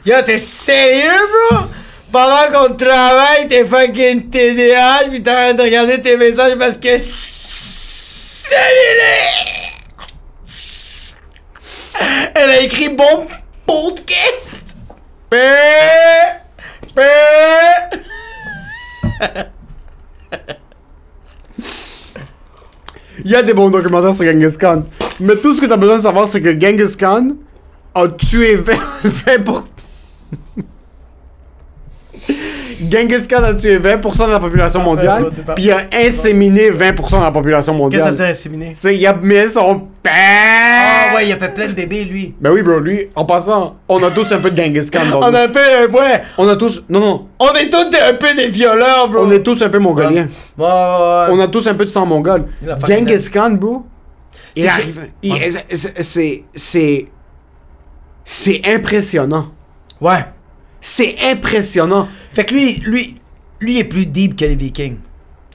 Speaker 4: Yo, t'es sérieux, bro? Pendant qu'on travaille, t'es fucking TDA, pis t'es en train de regarder tes messages parce que. Salut Elle a écrit bon podcast! Pé- pé-
Speaker 3: Il y a des bons documentaires sur Genghis Khan. Mais tout ce que t'as besoin de savoir, c'est que Genghis Khan a tué 20%. 20%. Genghis Khan a tué 20% de la population
Speaker 2: Ah,
Speaker 3: mondiale, puis il a inséminé 20% de la population
Speaker 2: Qu'est-ce que ça veut dire
Speaker 3: mondiale.
Speaker 2: inséminer?
Speaker 3: C'est, il a mis son père.
Speaker 2: Ah ouais, il a fait plein de bébés, lui.
Speaker 3: Ben oui, bro, lui, en passant, on a tous un peu de Genghis Khan dans
Speaker 4: On
Speaker 3: nous.
Speaker 4: a un peu un ouais,
Speaker 3: On a tous. Non, non.
Speaker 4: On est tous des- un peu des violeurs, bro!
Speaker 3: On est tous un peu mongoliens.
Speaker 2: Ouais, ouais, ouais.
Speaker 3: On a tous un peu de sang mongol.
Speaker 2: a fucking
Speaker 3: Genghis Khan, bro. il
Speaker 2: C'est-
Speaker 3: arrive- il- c'est- c'est- C'est. C'est. C'est impressionnant.
Speaker 2: Ouais.
Speaker 3: C'est impressionnant.
Speaker 2: Fait que lui, lui, lui est plus deep que les Vikings.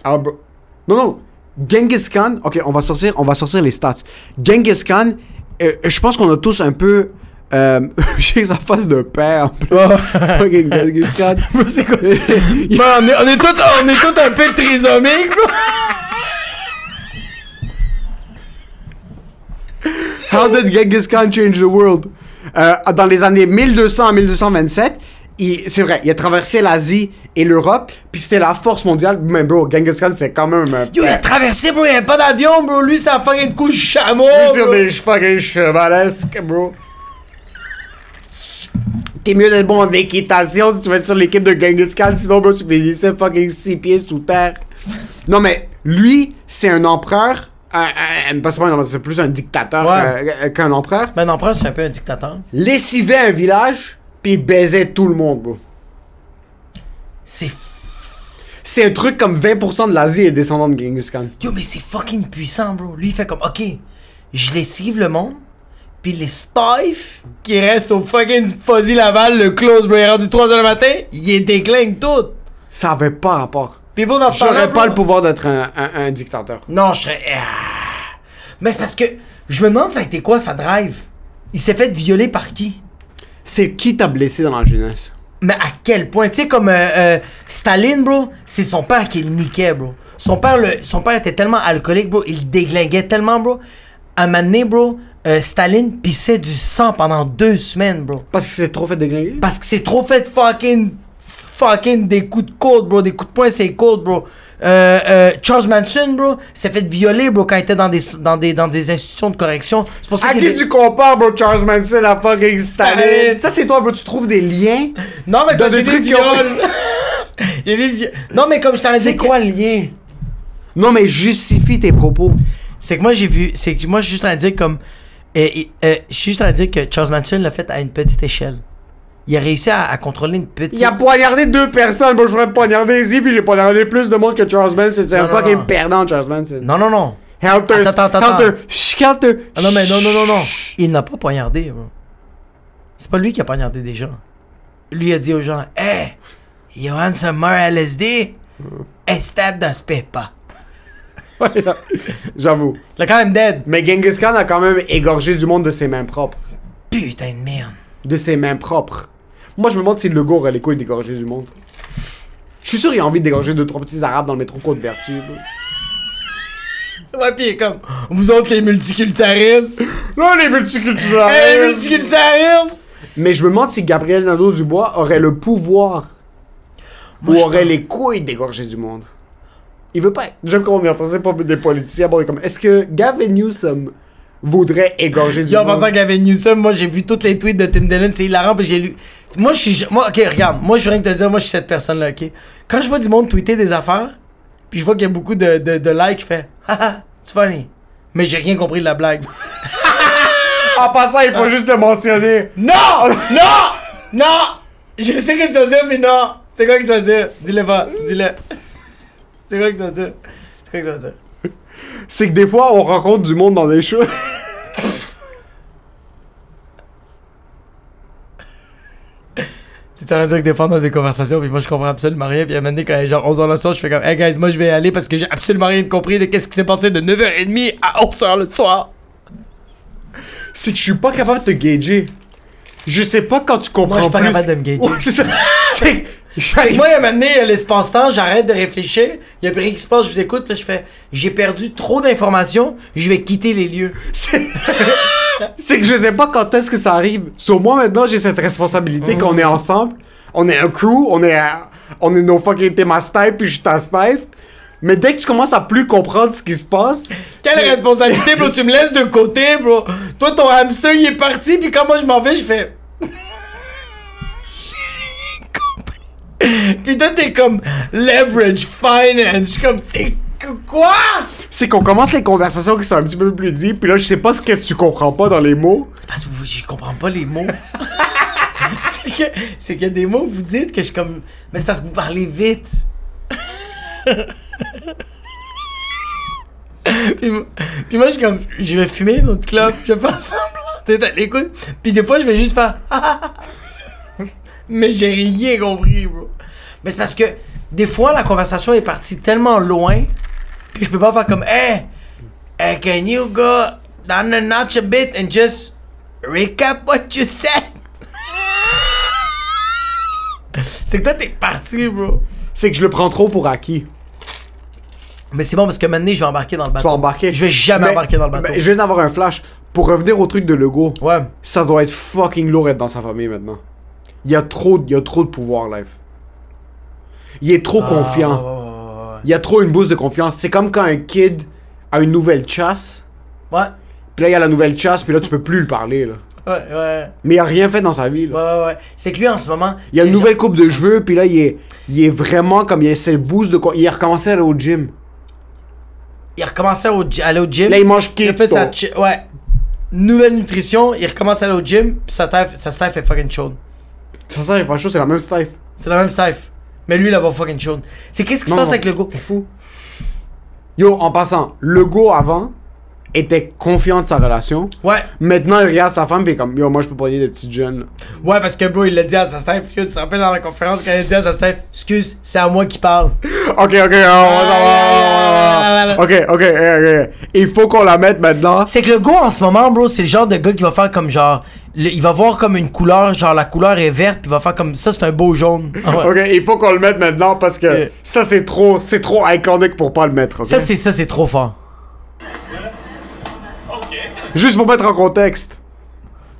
Speaker 3: Ah, bro. Non, non. Genghis Khan. Ok, on va sortir, on va sortir les stats. Genghis Khan, euh, je pense qu'on a tous un peu. Euh, J'ai sa face de père en plus. Fucking Genghis Khan.
Speaker 2: Oh. C'est quoi
Speaker 3: Il-
Speaker 4: Ouais, on est, on est tous, on est tous un peu trisomiques, bro!
Speaker 3: How did Genghis Khan change the world? Euh, dans les années 1200 à 1227, il- c'est vrai, il a traversé l'Asie et l'Europe, puis c'était la force mondiale. Mais bro, Genghis Khan, c'est quand même un.
Speaker 2: Yo, il a traversé, bro, il avait pas d'avion, bro. Lui, c'est la fucking couche chameau.
Speaker 3: Plus sur
Speaker 2: bro.
Speaker 3: des fucking chevalesques, bro. T'es mieux d'être bon en équitation si tu veux être sur l'équipe de Genghis Khan, sinon, bro, tu finissais fucking six pieds sous terre. Non, mais lui, c'est un empereur. un- un- un- pas seulement un empereur, c'est plus un dictateur
Speaker 2: Ouais.
Speaker 3: qu'un- qu'un empereur.
Speaker 2: Ben, l'empereur, c'est un peu un dictateur.
Speaker 3: lessivait un village, puis il baisait tout le monde, bro.
Speaker 2: C'est. f-
Speaker 3: C'est un truc comme 20% de l'Asie est descendant de Genghis Khan.
Speaker 2: Yo, mais c'est fucking puissant, bro. Lui, il fait comme, ok, je les cive le monde, puis les stife.
Speaker 4: qui reste au fucking Fuzzy Laval, le close, bro. Il est rendu 3h le matin, il est déclingue tout.
Speaker 3: Ça avait pas rapport.
Speaker 4: Puis bon, dans ce temps-là,
Speaker 3: J'aurais pas
Speaker 4: bro,
Speaker 3: le pouvoir d'être un, un- un dictateur.
Speaker 2: Non, je serais. Ah. Mais c'est parce que je me demande, ça a été quoi sa drive? Il s'est fait violer par qui?
Speaker 3: C'est qui t'a blessé dans la jeunesse?
Speaker 2: Mais à quel point? Tu sais, comme euh, euh, Staline, bro, c'est son père qui le niquait, bro. Son père, le, son père était tellement alcoolique, bro, il le déglinguait tellement, bro. À un moment donné, bro, euh, Staline pissait du sang pendant deux semaines, bro.
Speaker 3: Parce que c'est trop fait déglinguer?
Speaker 2: Parce que c'est trop fait fucking. fucking des coups de côte, bro. Des coups de poing, c'est côte, bro. Euh, euh, Charles Manson, bro, s'est fait violer, bro, quand il était dans des, dans des, dans des institutions de correction. C'est pour ça
Speaker 3: À
Speaker 2: qu'il
Speaker 3: qui
Speaker 2: était-
Speaker 3: tu compares, bro, Charles Manson à fucking Staline?
Speaker 2: Ben,
Speaker 4: Staline.
Speaker 3: Ça, c'est toi, bro, tu trouves des liens?
Speaker 4: Non, mais
Speaker 3: Dans
Speaker 4: c'est des
Speaker 3: des
Speaker 4: trucs
Speaker 3: trucs qui ont-
Speaker 4: Il y a des vi-
Speaker 2: Non, mais comme je t'en ai dit.
Speaker 3: C'est
Speaker 2: que-
Speaker 3: quoi le lien? Non, mais justifie tes propos.
Speaker 2: C'est que moi, j'ai vu. C'est que moi, je suis juste en train de dire comme. euh, euh, je suis juste en train de dire que Charles Manson l'a fait à une petite échelle. Il a réussi à, à contrôler une petite.
Speaker 3: Il a poignardé deux personnes, bro, je pourrais poignarder ici, puis j'ai poignardé plus de monde que Charles Manson. C'est un
Speaker 2: Non, non,
Speaker 3: fucking
Speaker 2: non.
Speaker 3: perdant, Charles Manson.
Speaker 2: Non, non, non.
Speaker 3: Helter,
Speaker 2: Attends, attends, attends.
Speaker 3: Helter, Skelter.
Speaker 2: Ah non, mais non, non, non, non. Il n'a pas poignardé. bro. C'est pas lui qui a poignardé des gens. Lui a dit aux gens, hé, Johan se meurt à LSD,
Speaker 4: Mm.
Speaker 2: estable dans ce pépa.
Speaker 3: Ouais, là, J'avoue.
Speaker 2: Il est quand même dead.
Speaker 3: Mais Genghis Khan a quand même égorgé du monde de ses mains propres.
Speaker 2: Putain de merde.
Speaker 3: De ses mains propres. Moi, je me demande si le gore a les couilles d'égorger du monde. Je suis sûr qu'il a envie d'égorger deux, trois petits arabes dans le métro Côte Vertu. là.
Speaker 4: Ouais, pis il est comme, vous autres les multiculturalistes.
Speaker 3: Là, les
Speaker 2: Ah,
Speaker 3: Eh, multiculturels.
Speaker 4: hey, les multiculturalistes!
Speaker 3: Mais je me demande si Gabriel Nadeau-Dubois aurait le pouvoir ou aurait les couilles d'égorger du monde. Il veut pas. J'aime quand on est entendu par des politiciens. Bon, il est comme, est-ce que Gavin Newsom voudrait égorger du
Speaker 4: Yo, en
Speaker 3: monde?
Speaker 4: pensant qu'il y avait Newsom, moi j'ai vu toutes les tweets de Tim Dillon, c'est hilarant, puis j'ai lu. Moi je suis. Moi, ok, regarde, moi je veux rien te dire, moi je suis cette personne-là, ok? Quand je vois du monde tweeter des affaires, puis je vois qu'il y a beaucoup de, de, de likes, je fais, haha, c'est funny. Mais j'ai rien compris de la blague.
Speaker 3: En passant, il faut juste le mentionner.
Speaker 4: non! Non! Non! Je sais que tu vas dire, mais non! C'est quoi que tu vas dire? Dis-le pas, dis-le. C'est quoi que tu vas dire? C'est quoi que tu vas dire?
Speaker 3: C'est que des fois, on rencontre du monde dans des shows.
Speaker 4: T'es en train de dire que des fois on a des conversations, puis moi je comprends absolument rien. Puis à un moment donné, quand il est genre 11h le soir, je fais comme, hey guys, moi je vais y aller parce que j'ai absolument rien compris de qu'est-ce qui s'est passé de 9h30 à 11h le soir.
Speaker 3: C'est que je suis pas capable de te gager. Je sais pas quand tu
Speaker 4: Moi,
Speaker 3: comprends
Speaker 4: je suis pas
Speaker 3: plus.
Speaker 4: capable de me gager.
Speaker 3: Ouais, c'est ça. C'est que j'arrive-
Speaker 4: Moi, à un moment donné, il y a l'espace-temps, j'arrête de réfléchir. Il y a plus rien qui se passe, je vous écoute, puis là je fais, j'ai perdu trop d'informations, je vais quitter les lieux.
Speaker 3: C'est c'est que je sais pas quand est-ce que ça arrive. Sur moi maintenant, j'ai cette responsabilité
Speaker 2: Mm.
Speaker 3: qu'on est ensemble. On est un crew, on est à- on est nos fucking t'es ma snipe puis je suis ta snipe. Mais dès que tu commences à plus comprendre ce qui se passe,
Speaker 4: Quelle
Speaker 3: c'est-
Speaker 4: responsabilité, bro, tu me laisses de côté, bro. Toi, ton hamster, il est parti, puis quand moi je m'en vais, je fais. J'ai rien compris. Puis toi, t'es comme leverage finance. Je suis comme, c'est qu- quoi?
Speaker 3: c'est qu'on commence les conversations qui sont un petit peu plus deep, puis là je sais pas ce que tu comprends pas dans les mots.
Speaker 4: Parce que vous- je comprends pas les mots. c'est que c'est qu'il y a des mots que vous dites que je suis comme. Mais c'est parce que vous parlez vite. puis, moi- puis moi, je suis comme. Je vais fumer une autre clope. Je vais faire semblant d'être à l'écoute. Puis des fois, je vais juste faire. Mais j'ai rien compris, bro.
Speaker 2: Mais c'est parce que des fois, la conversation est partie tellement loin que je peux pas faire comme Hey, hey, can you go down the notch a bit and just recap what you said?
Speaker 4: C'est que toi, t'es parti, bro.
Speaker 3: C'est que je le prends trop pour acquis.
Speaker 2: Mais c'est bon parce que maintenant, je vais embarquer dans le
Speaker 3: Tu vas
Speaker 2: bateau.
Speaker 3: embarquer.
Speaker 2: Je vais jamais embarquer dans le bateau.
Speaker 3: mais je viens d'avoir un flash. Pour revenir au truc de Lego,
Speaker 2: Ouais.
Speaker 3: ça doit être fucking lourd d'être dans sa famille maintenant. Il y a trop, il y a trop de pouvoir, live. Il est
Speaker 2: Ah,
Speaker 3: trop confiant. Il y a trop une bourse de confiance. C'est comme quand un kid a une nouvelle chasse.
Speaker 2: Ah, Ouais.
Speaker 3: Puis là, il y a la nouvelle chasse, puis là, tu peux plus lui parler, là.
Speaker 2: Ouais, ouais.
Speaker 3: Mais il a rien fait dans sa vie, là.
Speaker 2: Ouais, ouais, ouais. C'est que lui, en ce moment.
Speaker 3: Il y a
Speaker 2: c'est
Speaker 3: une nouvelle coupe de cheveux, puis là, il est, il est vraiment comme, il a cette bourse de... con- Il a recommencé à aller au gym.
Speaker 2: genre- Il a recommencé au gy- à aller au gym.
Speaker 3: Là, il mange
Speaker 2: il
Speaker 3: keto.
Speaker 2: a fait sa. chi- Ouais. Nouvelle nutrition, il recommence à aller au gym, pis sa staff, sa staff est fucking chaude.
Speaker 3: Ça, ça, j'ai pas chaud, c'est la même life.
Speaker 2: C'est la même staff. Mais lui, il va fucking chaude. C'est qu'est-ce qui se
Speaker 3: Non,
Speaker 2: passe
Speaker 3: non.
Speaker 2: avec le go?
Speaker 3: Yo, en passant, Lego, avant, était confiant de sa relation.
Speaker 2: Ouais.
Speaker 3: Maintenant, il regarde sa femme, puis il est comme, yo, moi, je peux pogner des petites jeunes, là.
Speaker 2: Ouais, parce que bro, il l'a dit à sa staff. Yo, tu te rappelles dans la conférence quand il a dit à sa staff, excuse, c'est à moi qui parle.
Speaker 3: Ok, ok, on va- on va- on va- on va- ok, ok, ok, ok. Il faut qu'on la mette maintenant.
Speaker 2: C'est que le gars en ce moment, bro, c'est le genre de gars qui va faire comme genre. le- il va voir comme une couleur, genre la couleur est verte, puis il va faire comme ça, c'est un beau jaune. Ah ouais.
Speaker 3: Ok, il faut qu'on le mette maintenant parce que
Speaker 2: Yeah.
Speaker 3: ça c'est trop, c'est trop iconique pour pas le mettre. ok?
Speaker 2: Ça, c'est ça, c'est trop fort.
Speaker 3: Juste pour mettre en contexte,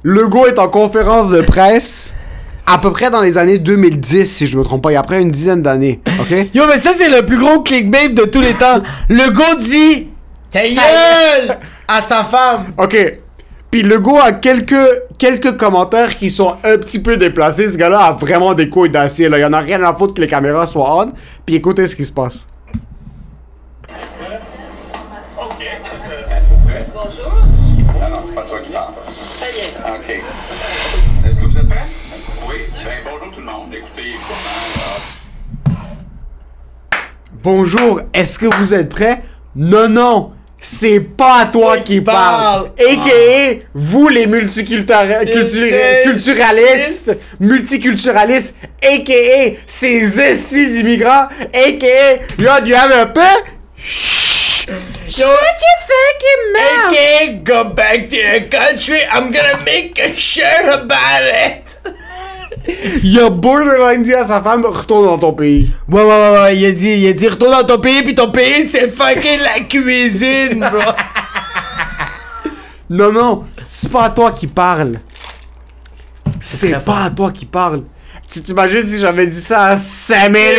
Speaker 3: Legault est en conférence de presse à peu près dans les années 2010 si je me trompe pas, il y a après une dizaine d'années, ok?
Speaker 2: Yo, mais ça, c'est le plus gros clickbait de tous les temps. le gars dit. Ta gueule! À sa femme.
Speaker 3: Ok. Puis Legault a quelques, quelques commentaires qui sont un petit peu déplacés. Ce gars-là a vraiment des couilles d'acier. Là. Il y en a rien à foutre que les caméras soient on. Puis écoutez ce qui se passe.
Speaker 8: Bonjour.
Speaker 6: Non, non, c'est pas toi qui parle.
Speaker 8: Très bien.
Speaker 6: OK. Est-ce que vous êtes prêts? Oui. Ben, bonjour tout le monde. Écoutez, comment,
Speaker 3: Bonjour, est-ce que vous êtes prêts? Non, non, c'est pas à toi qui parle. A.k.a. vous les multicultura- cultura- culturalistes, multiculturalistes, a.k.a. ces essis immigrants, a.k.a. Yo, do you have a pen? Shut your fucking mouth!
Speaker 4: Okay, go back to your country. I'm gonna make a shirt about it.
Speaker 3: Il a borderline dit à sa femme, retourne dans ton pays.
Speaker 4: Ouais, ouais, ouais, ouais. Il a dit, il a dit, retourne dans ton pays, puis ton pays, c'est fucking la cuisine, bro.
Speaker 3: Non, non, c'est pas à toi qui parle. C'est
Speaker 2: très
Speaker 3: pas à toi qui parle. Tu t'imagines si j'avais dit ça à Samuel?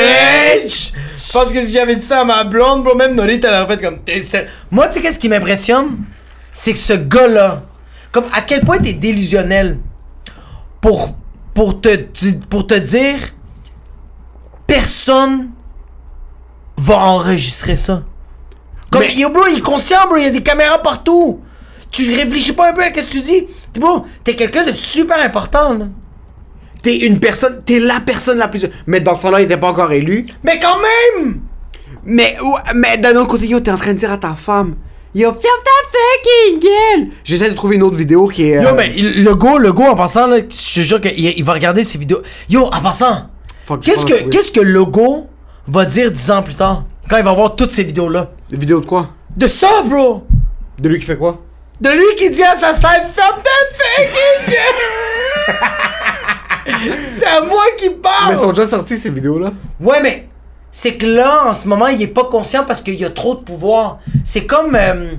Speaker 4: Bitch! Je pense que si j'avais dit ça à ma blonde, bro, même Norita, elle aurait fait comme, t'es sérieux.
Speaker 2: Moi, tu sais, qu'est-ce qui m'impressionne? C'est que ce gars-là, comme à quel point t'es délusionnel pour, pour, te, tu- pour te dire personne va enregistrer ça. Comme,
Speaker 3: Mais-
Speaker 2: yo, bro, il est conscient, bro, il y a des caméras partout. Tu réfléchis pas un peu à ce que tu dis. T'es- Bro, t'es quelqu'un de super important, là.
Speaker 3: T'es une personne, t'es la personne la plus. Mais dans ce temps-là, il était pas encore élu.
Speaker 2: Mais quand même!
Speaker 3: Mais, ou- mais d'un autre côté, yo, t'es en train de dire à ta femme, yo, ferme ta fucking gueule! J'essaie de trouver une autre vidéo qui est. euh,
Speaker 2: Yo, mais il- le go, le go, en passant, là, je te jure qu'il il va regarder ces vidéos. Yo, en passant,
Speaker 3: euh, Fuck, je
Speaker 2: qu'est-ce
Speaker 3: pense
Speaker 2: que,
Speaker 3: que-
Speaker 2: qu'est-ce que le go va dire 10 ans plus tard, quand il va voir toutes ces vidéos-là?
Speaker 3: Une vidéo de quoi?
Speaker 2: De ça, bro!
Speaker 3: De lui qui fait quoi?
Speaker 2: De lui qui dit à sa snipe, ferme ta fucking gueule! C'est à moi qui parle!
Speaker 3: Mais elles sont déjà sorties ces vidéos-là.
Speaker 2: Ouais, mais c'est que là, en ce moment, il est pas conscient parce qu'il y a trop de pouvoir. C'est comme. euh,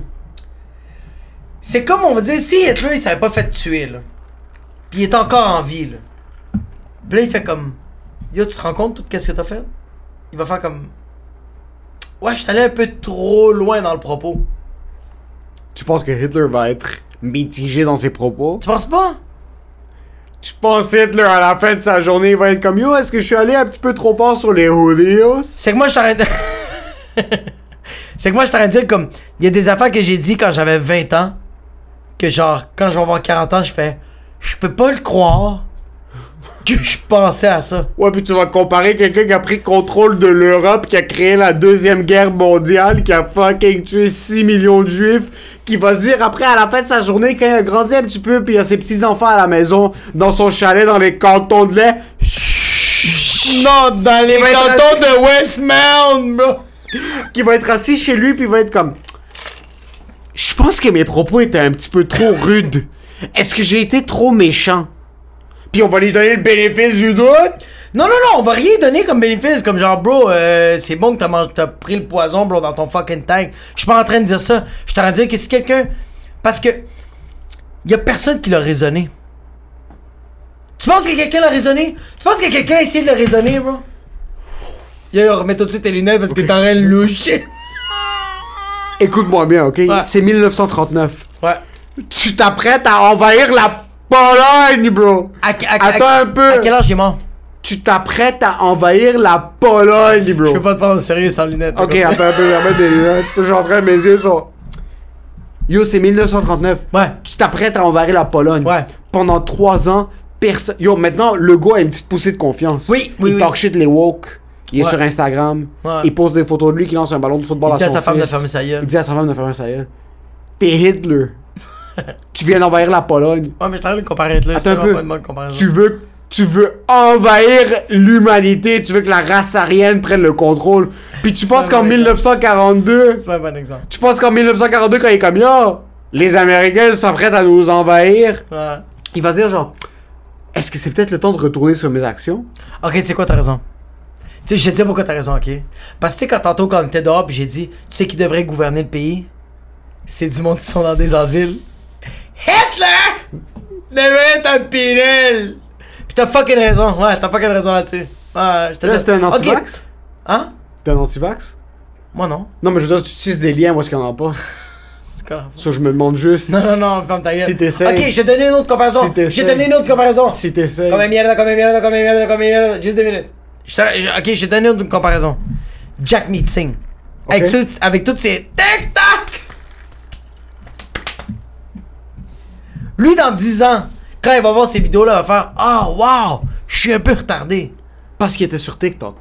Speaker 2: c'est comme, on va dire, si Hitler, il s'avait pas fait tuer, là. Puis il est encore en vie, là. Puis là, il fait comme. Yo, tu te rends compte de tout qu'est-ce que t'as fait? Il va faire comme. Ouais, je suis allé un peu trop loin dans le propos.
Speaker 3: Tu penses que Hitler va être mitigé dans ses propos?
Speaker 2: Tu penses pas?
Speaker 3: Tu penses Hitler à la fin de sa journée il va être comme yo, est-ce que je suis allé un petit peu trop fort sur les Judeos?
Speaker 2: C'est que moi, je t'arrête. c'est que moi, je t'arrête de dire comme. Il y a des affaires que j'ai dit quand j'avais 20 ans. Que genre, quand je vais avoir 40 ans, je fais. Je peux pas le croire que je pensais à ça.
Speaker 3: Ouais, puis tu vas comparer quelqu'un qui a pris contrôle de l'Europe, qui a créé la Deuxième Guerre mondiale, qui a fucking tué 6 millions de juifs, qui va se dire après à la fin de sa journée quand il a grandi un petit peu, puis il a ses petits-enfants à la maison, dans son chalet, dans les cantons de lait.
Speaker 4: Non, dans les
Speaker 3: va être
Speaker 4: cantons de Westmount, bro.
Speaker 3: qui va être assis chez lui puis va être comme je pense que mes propos étaient un petit peu trop rudes. Est-ce que j'ai été trop méchant Puis on va lui donner le bénéfice du doute.
Speaker 2: Non, non, non, on va rien donner comme bénéfice. Comme genre, bro, euh, c'est bon que t'as, mangé- t'as pris le poison, bro, dans ton fucking tank. Je suis pas en train de dire ça. Je suis en train de dire que si quelqu'un. Parce que. Y a personne qui l'a raisonné. Tu penses que quelqu'un l'a raisonné? Tu penses que quelqu'un a essayé de le raisonner, bro?
Speaker 4: Yo, remets tout de suite tes lunettes parce que t'es en train de loucher.
Speaker 3: Écoute-moi bien, ok C'est 1939.
Speaker 4: Ouais.
Speaker 3: Tu t'apprêtes à envahir la Pologne, bro.
Speaker 2: À, à- à-
Speaker 3: Attends un peu.
Speaker 2: À quel âge il est mort?
Speaker 3: Tu t'apprêtes à envahir la Pologne, bro.
Speaker 4: Je peux pas te prendre au sérieux sans lunettes.
Speaker 3: Ok,
Speaker 4: bro.
Speaker 3: attends un peu, j'en mets des lunettes. Je suis en train, mes yeux sont. Yo, c'est 1939.
Speaker 2: Ouais.
Speaker 3: Tu t'apprêtes à envahir la Pologne.
Speaker 2: Ouais.
Speaker 3: Pendant trois ans, personne. Yo, maintenant, le gars a une petite poussée de confiance.
Speaker 2: Oui,
Speaker 3: Il
Speaker 2: oui, oui.
Speaker 3: talk shit les woke. Il est
Speaker 2: Ouais.
Speaker 3: sur Instagram.
Speaker 2: Ouais.
Speaker 3: Il pose des photos de lui qui lance un ballon de football
Speaker 2: Il
Speaker 3: à
Speaker 2: dit
Speaker 3: son
Speaker 2: à sa femme de
Speaker 3: fils.
Speaker 2: fermer sa gueule.
Speaker 3: Il dit à sa femme de fermer sa gueule. T'es Hitler. tu viens d'envahir la Pologne.
Speaker 2: Ouais, mais je t'arrête de comparer avec là.
Speaker 3: Attends un
Speaker 2: vraiment
Speaker 3: peu.
Speaker 2: pas une bonne comparaison.
Speaker 3: Tu veux, tu veux envahir l'humanité. Tu veux que la race aryenne prenne le contrôle. Puis tu penses
Speaker 4: un
Speaker 3: qu'en
Speaker 4: bon
Speaker 3: 1942.
Speaker 4: C'est pas un bon exemple.
Speaker 3: Tu penses qu'en 1942, quand il est comme Yo, les Américains s'apprêtent à nous envahir,
Speaker 4: Ouais.
Speaker 3: il va se dire genre, est-ce que c'est peut-être le temps de retourner sur mes actions
Speaker 2: Ok, tu sais quoi, t'as raison. Tu sais, je te dis pourquoi t'as raison, ok? Parce que tu sais, quand tantôt, quand on était dehors, puis j'ai dit, tu sais qui devrait gouverner le pays? C'est du monde qui sont dans des asiles. Hitler! Devrait être un Pinel! Pis t'as fucking raison, ouais, t'as fucking raison là-dessus. Ouais, je te
Speaker 3: Là,
Speaker 2: laisse-
Speaker 3: c'était un
Speaker 2: Ok.
Speaker 3: anti-vax
Speaker 2: Hein?
Speaker 3: T'es un anti-vax
Speaker 2: Moi non.
Speaker 3: Non, mais je veux dire, tu utilises des liens, moi, ce qu'il n'y en a pas.
Speaker 2: C'est quoi la-
Speaker 3: Ça, je me demande juste
Speaker 2: Non, non, non, ferme ta gueule.
Speaker 3: Si t'essayes.
Speaker 2: Ok, je vais donner une autre comparaison.
Speaker 3: Si
Speaker 2: je
Speaker 3: t'essayes.
Speaker 2: vais donner une autre comparaison.
Speaker 3: si t'essayes.
Speaker 2: Comme merde, comme merde, comme merde, comme merde. Juste deux minutes. Je te- je- ok, je vais donner une comparaison. Jack Meeting. Avec,
Speaker 3: Ok.
Speaker 2: tout- avec toutes ses tic-tac. Lui, dans 10 ans, quand il va voir ces vidéos-là, il va faire Ah, wow, je suis un peu retardé.
Speaker 3: Parce qu'il était sur TikTok.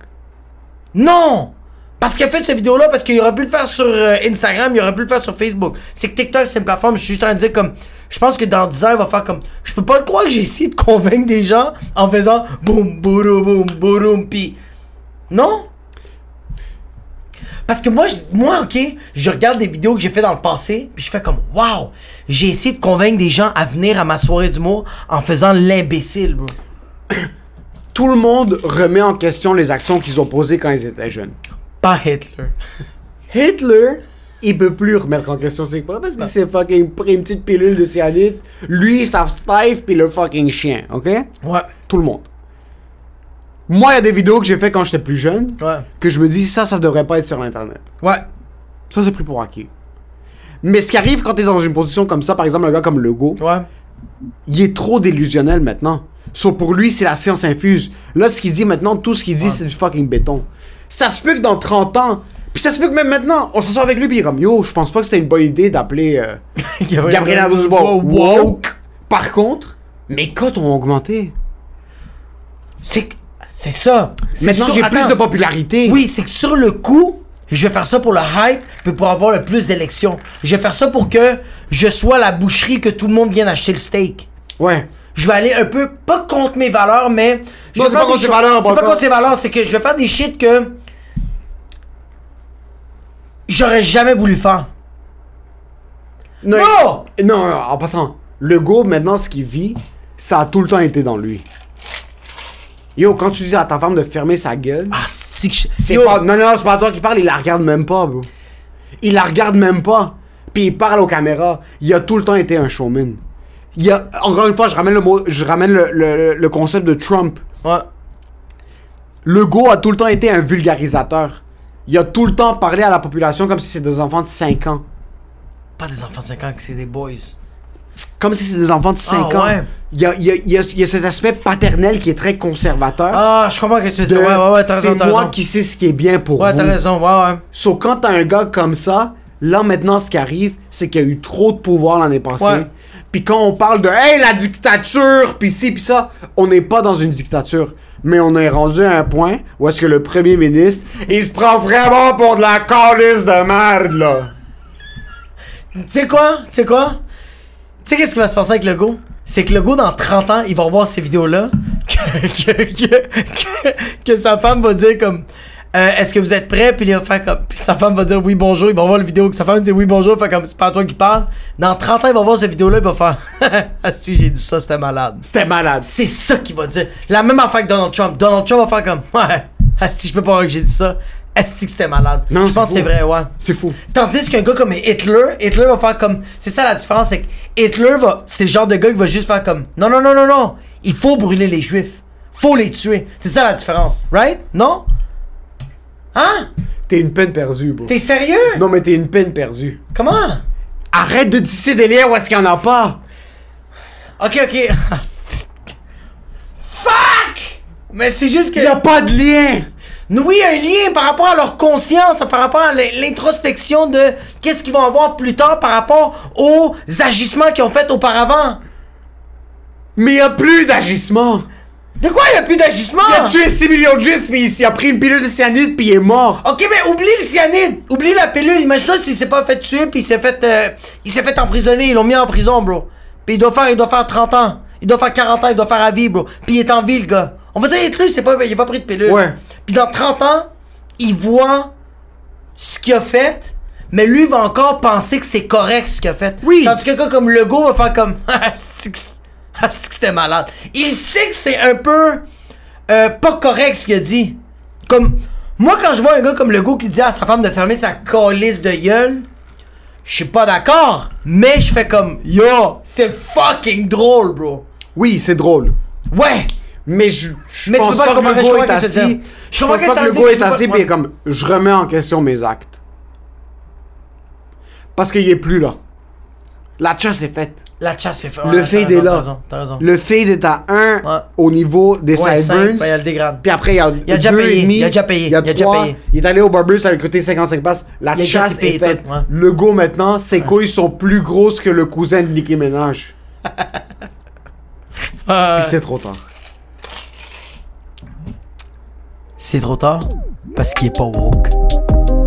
Speaker 2: Non Parce qu'il a fait cette vidéo-là, parce qu'il aurait pu le faire sur euh, Instagram, il aurait pu le faire sur Facebook. C'est que TikTok, c'est une plateforme, je suis juste en train de dire comme. Je pense que dans 10 ans, il va faire comme. Je peux pas le croire que j'ai essayé de convaincre des gens en faisant boum, boum, boum, boum, pis. Non? Parce que moi, je- moi, ok, je regarde des vidéos que j'ai fait dans le passé, puis je fais comme, waouh, j'ai essayé de convaincre des gens à venir à ma soirée d'humour en faisant l'imbécile, bro.
Speaker 3: Tout le monde remet en question les actions qu'ils ont posées quand ils étaient jeunes.
Speaker 2: Pas Hitler.
Speaker 3: Hitler, il peut plus remettre en question ses propres parce qu'il s'est fucking pris une petite pilule de cyanide. Lui, sa fife, puis le fucking chien, ok?
Speaker 2: Ouais,
Speaker 3: Tout le monde. Moi, il y a des vidéos que j'ai fait quand j'étais plus jeune
Speaker 2: ouais,
Speaker 3: que je me dis ça, ça devrait pas être sur Internet.
Speaker 2: ouais.
Speaker 3: Ça, c'est pris pour acquis. Mais ce qui arrive quand t'es dans une position comme ça, par exemple, un gars comme Legault,
Speaker 2: Ouais.
Speaker 3: il est trop délusionnel maintenant. So, pour lui, c'est la science infuse. Là, ce qu'il dit maintenant, tout ce qu'il dit, c'est du fucking béton. Ça se peut que dans 30 ans, puis ça se peut que même maintenant, on s'assoit avec lui, puis il est comme, yo, je pense pas que c'était une bonne idée d'appeler euh, Gabriel Nadeau Dubois woke. Par contre, mes cotes ont augmenté.
Speaker 2: C'est que- c'est ça. C'est
Speaker 3: Maintenant,
Speaker 2: sur-
Speaker 3: j'ai plus
Speaker 2: attends.
Speaker 3: de popularité.
Speaker 2: Oui, c'est que sur le coup, je vais faire ça pour le hype, puis pour avoir le plus d'élections. Je vais faire ça pour que je sois la boucherie que tout le monde vienne acheter le steak.
Speaker 3: Ouais.
Speaker 2: je vais aller un peu, pas contre mes valeurs, mais. je
Speaker 3: Non,
Speaker 2: vais
Speaker 3: c'est
Speaker 2: faire
Speaker 3: pas
Speaker 2: des
Speaker 3: contre ses
Speaker 2: choses-
Speaker 3: valeurs,
Speaker 2: C'est
Speaker 3: bon
Speaker 2: pas
Speaker 3: sens.
Speaker 2: contre ses valeurs, c'est que je vais faire des shit que. J'aurais jamais voulu faire.
Speaker 3: Non,
Speaker 2: Non!
Speaker 3: il- non, non, en passant, le go, maintenant, ce qu'il vit, ça a tout le temps été dans lui. Yo, quand tu dis à ta femme de fermer sa gueule,
Speaker 2: Ah, c'est que je-
Speaker 3: c'est
Speaker 2: Yo,
Speaker 3: pas. Non, non, c'est pas toi qui parle, il la regarde même pas, bro. Il la regarde même pas. Puis il parle aux caméras. Il a tout le temps été un showman. Il a, encore une fois, je ramène le mot, je ramène le, le- le concept de Trump.
Speaker 2: Ouais.
Speaker 3: Le go a tout le temps été un vulgarisateur. Il a tout le temps parlé à la population comme si c'était des enfants de 5 ans.
Speaker 2: Pas des enfants de 5 ans, que c'est des boys.
Speaker 3: comme si c'est des enfants de 5
Speaker 2: Ah,
Speaker 3: ans.
Speaker 2: ouais.
Speaker 3: Il y a, il y a- il y a- il y a cet aspect paternel qui est très conservateur.
Speaker 2: Ah, je comprends ce que tu veux
Speaker 3: de
Speaker 2: dire. Ouais, ouais, ouais, t'as raison,
Speaker 3: c'est
Speaker 2: t'as
Speaker 3: moi
Speaker 2: raison.
Speaker 3: qui sais ce qui est bien pour
Speaker 2: Ouais,
Speaker 3: vous.
Speaker 2: t'as raison, ouais, ouais.
Speaker 3: So, quand t'as un gars comme ça, là maintenant, ce qui arrive, c'est qu'il y a eu trop de pouvoir l'année passée.
Speaker 2: Ouais.
Speaker 3: Puis quand on parle de hey, la dictature, puis ci, puis ça, on n'est pas dans une dictature. Mais on est rendu à un point où est-ce que le premier ministre, il se prend vraiment pour de la calice de merde, là.
Speaker 2: Tu sais quoi? Tu sais quoi? Tu sais qu'est-ce qui va se passer avec Lego? C'est que Lego, dans 30 ans, il va revoir ces vidéos-là. Que, que, que, que, que sa femme va dire comme. euh, Est-ce que vous êtes prêts? Puis il va faire comme. Puis sa femme va dire oui bonjour. Il va voir la vidéo que sa femme dit oui bonjour. Fait comme c'est pas à toi qui parle. Dans 30 ans, il va voir cette vidéo-là. Il va faire. Ah si, j'ai dit ça, c'était malade.
Speaker 3: C'était malade.
Speaker 2: C'est ça qu'il va dire. La même affaire que Donald Trump. Donald Trump va faire comme. Ouais. Asti, je peux pas croire que j'ai dit ça. Asti que c'était malade.
Speaker 3: Non,
Speaker 2: je pense que
Speaker 3: c'est
Speaker 2: c'est
Speaker 3: fou.
Speaker 2: vrai, ouais.
Speaker 3: C'est fou.
Speaker 2: Tandis qu'un gars comme Hitler, Hitler va faire comme. C'est ça la différence, c'est que Hitler va. C'est le genre de gars qui va juste faire comme. Non, non, non, non, non. Il faut brûler les juifs. Faut les tuer. C'est ça la différence. Right? Non? Hein?
Speaker 3: T'es une peine perdue, bro.
Speaker 2: T'es sérieux?
Speaker 3: Non, mais t'es une peine perdue.
Speaker 2: Comment?
Speaker 3: Arrête de tisser des liens où est-ce qu'il n'y en a pas.
Speaker 2: Ok, ok. Ah, c'est- Fuck! Mais c'est juste que.
Speaker 3: Il n'y a pas de lien.
Speaker 2: Nous, Oui, un lien par rapport à leur conscience, par rapport à l'in- l'introspection de qu'est-ce qu'ils vont avoir plus tard par rapport aux agissements qu'ils ont faits auparavant.
Speaker 3: Mais il n'y a plus d'agissement.
Speaker 2: De quoi il n'y a plus d'agissements?
Speaker 3: Il a tué 6 millions de juifs, puis il a pris une pilule de cyanide, puis il est mort.
Speaker 2: Ok, mais oublie le cyanide, oublie la pilule. Imagine-toi s'il s'est pas fait tuer, puis il s'est fait, euh, il s'est fait emprisonner. Ils l'ont mis en prison, bro. Puis il doit faire, il doit faire 30 ans, il doit faire 40 ans, il doit faire à vie, bro. Puis il est en vie, le gars. On va dire, il est cru, c'est pas, il a pas pris de pilule.
Speaker 3: Ouais.
Speaker 2: Puis dans 30 ans, il voit ce qu'il a fait, mais lui va encore penser que c'est correct ce qu'il a fait.
Speaker 3: Oui.
Speaker 2: Tandis que quelqu'un comme Legault va faire comme, Ah, c'est que c'est- ah, c'est que c'était malade. Il sait que c'est un peu euh, pas correct ce qu'il a dit. Comme, moi quand je vois un gars comme Legault qui dit à sa femme de fermer sa colisse de gueule, je suis pas d'accord, mais je fais comme, yo, c'est fucking drôle, bro.
Speaker 3: Oui, c'est drôle.
Speaker 2: Ouais.
Speaker 3: Mais je, je
Speaker 2: Mais tu
Speaker 3: pense
Speaker 2: peux pas
Speaker 3: pas, que
Speaker 2: comparer,
Speaker 3: le
Speaker 2: je
Speaker 3: go
Speaker 2: comprends
Speaker 3: est
Speaker 2: qu'est-ce que tu veux
Speaker 3: assis.
Speaker 2: dire. Je
Speaker 3: Je
Speaker 2: comprends
Speaker 3: pense
Speaker 2: qu'est-ce
Speaker 3: pas que
Speaker 2: que
Speaker 3: le
Speaker 2: tu
Speaker 3: go
Speaker 2: veux
Speaker 3: est
Speaker 2: dire,
Speaker 3: assis,
Speaker 2: tu
Speaker 3: puis il est
Speaker 2: vois.
Speaker 3: comme, je remets en question mes actes. Parce qu'il est plus là. La chasse est faite.
Speaker 2: La chasse est faite.
Speaker 3: le
Speaker 2: Ouais, t'as
Speaker 3: fade
Speaker 2: raison,
Speaker 3: est
Speaker 2: T'as
Speaker 3: là.
Speaker 2: raison, t'as raison.
Speaker 3: Le fade est à 1
Speaker 2: Ouais.
Speaker 3: au niveau des
Speaker 2: Ouais, cinq,
Speaker 3: sideburns.
Speaker 2: ben, il y a le dégrade.
Speaker 3: Puis après, il y a,
Speaker 2: Il a déjà
Speaker 3: deux
Speaker 2: payé,
Speaker 3: et demi,
Speaker 2: il a déjà payé,
Speaker 3: Il y a
Speaker 2: il a déjà
Speaker 3: trois.
Speaker 2: payé.
Speaker 3: Il est allé au barber, ça lui a coûté 55 passes. La
Speaker 2: Il a déjà
Speaker 3: chasse
Speaker 2: payé
Speaker 3: est faite.
Speaker 2: tout, ouais.
Speaker 3: Le go maintenant, ses couilles sont plus grosses que le cousin de Nicki Minaj.
Speaker 2: Euh,
Speaker 3: Puis c'est trop tard.
Speaker 2: C'est trop tard. Parce qu'il est pas woke.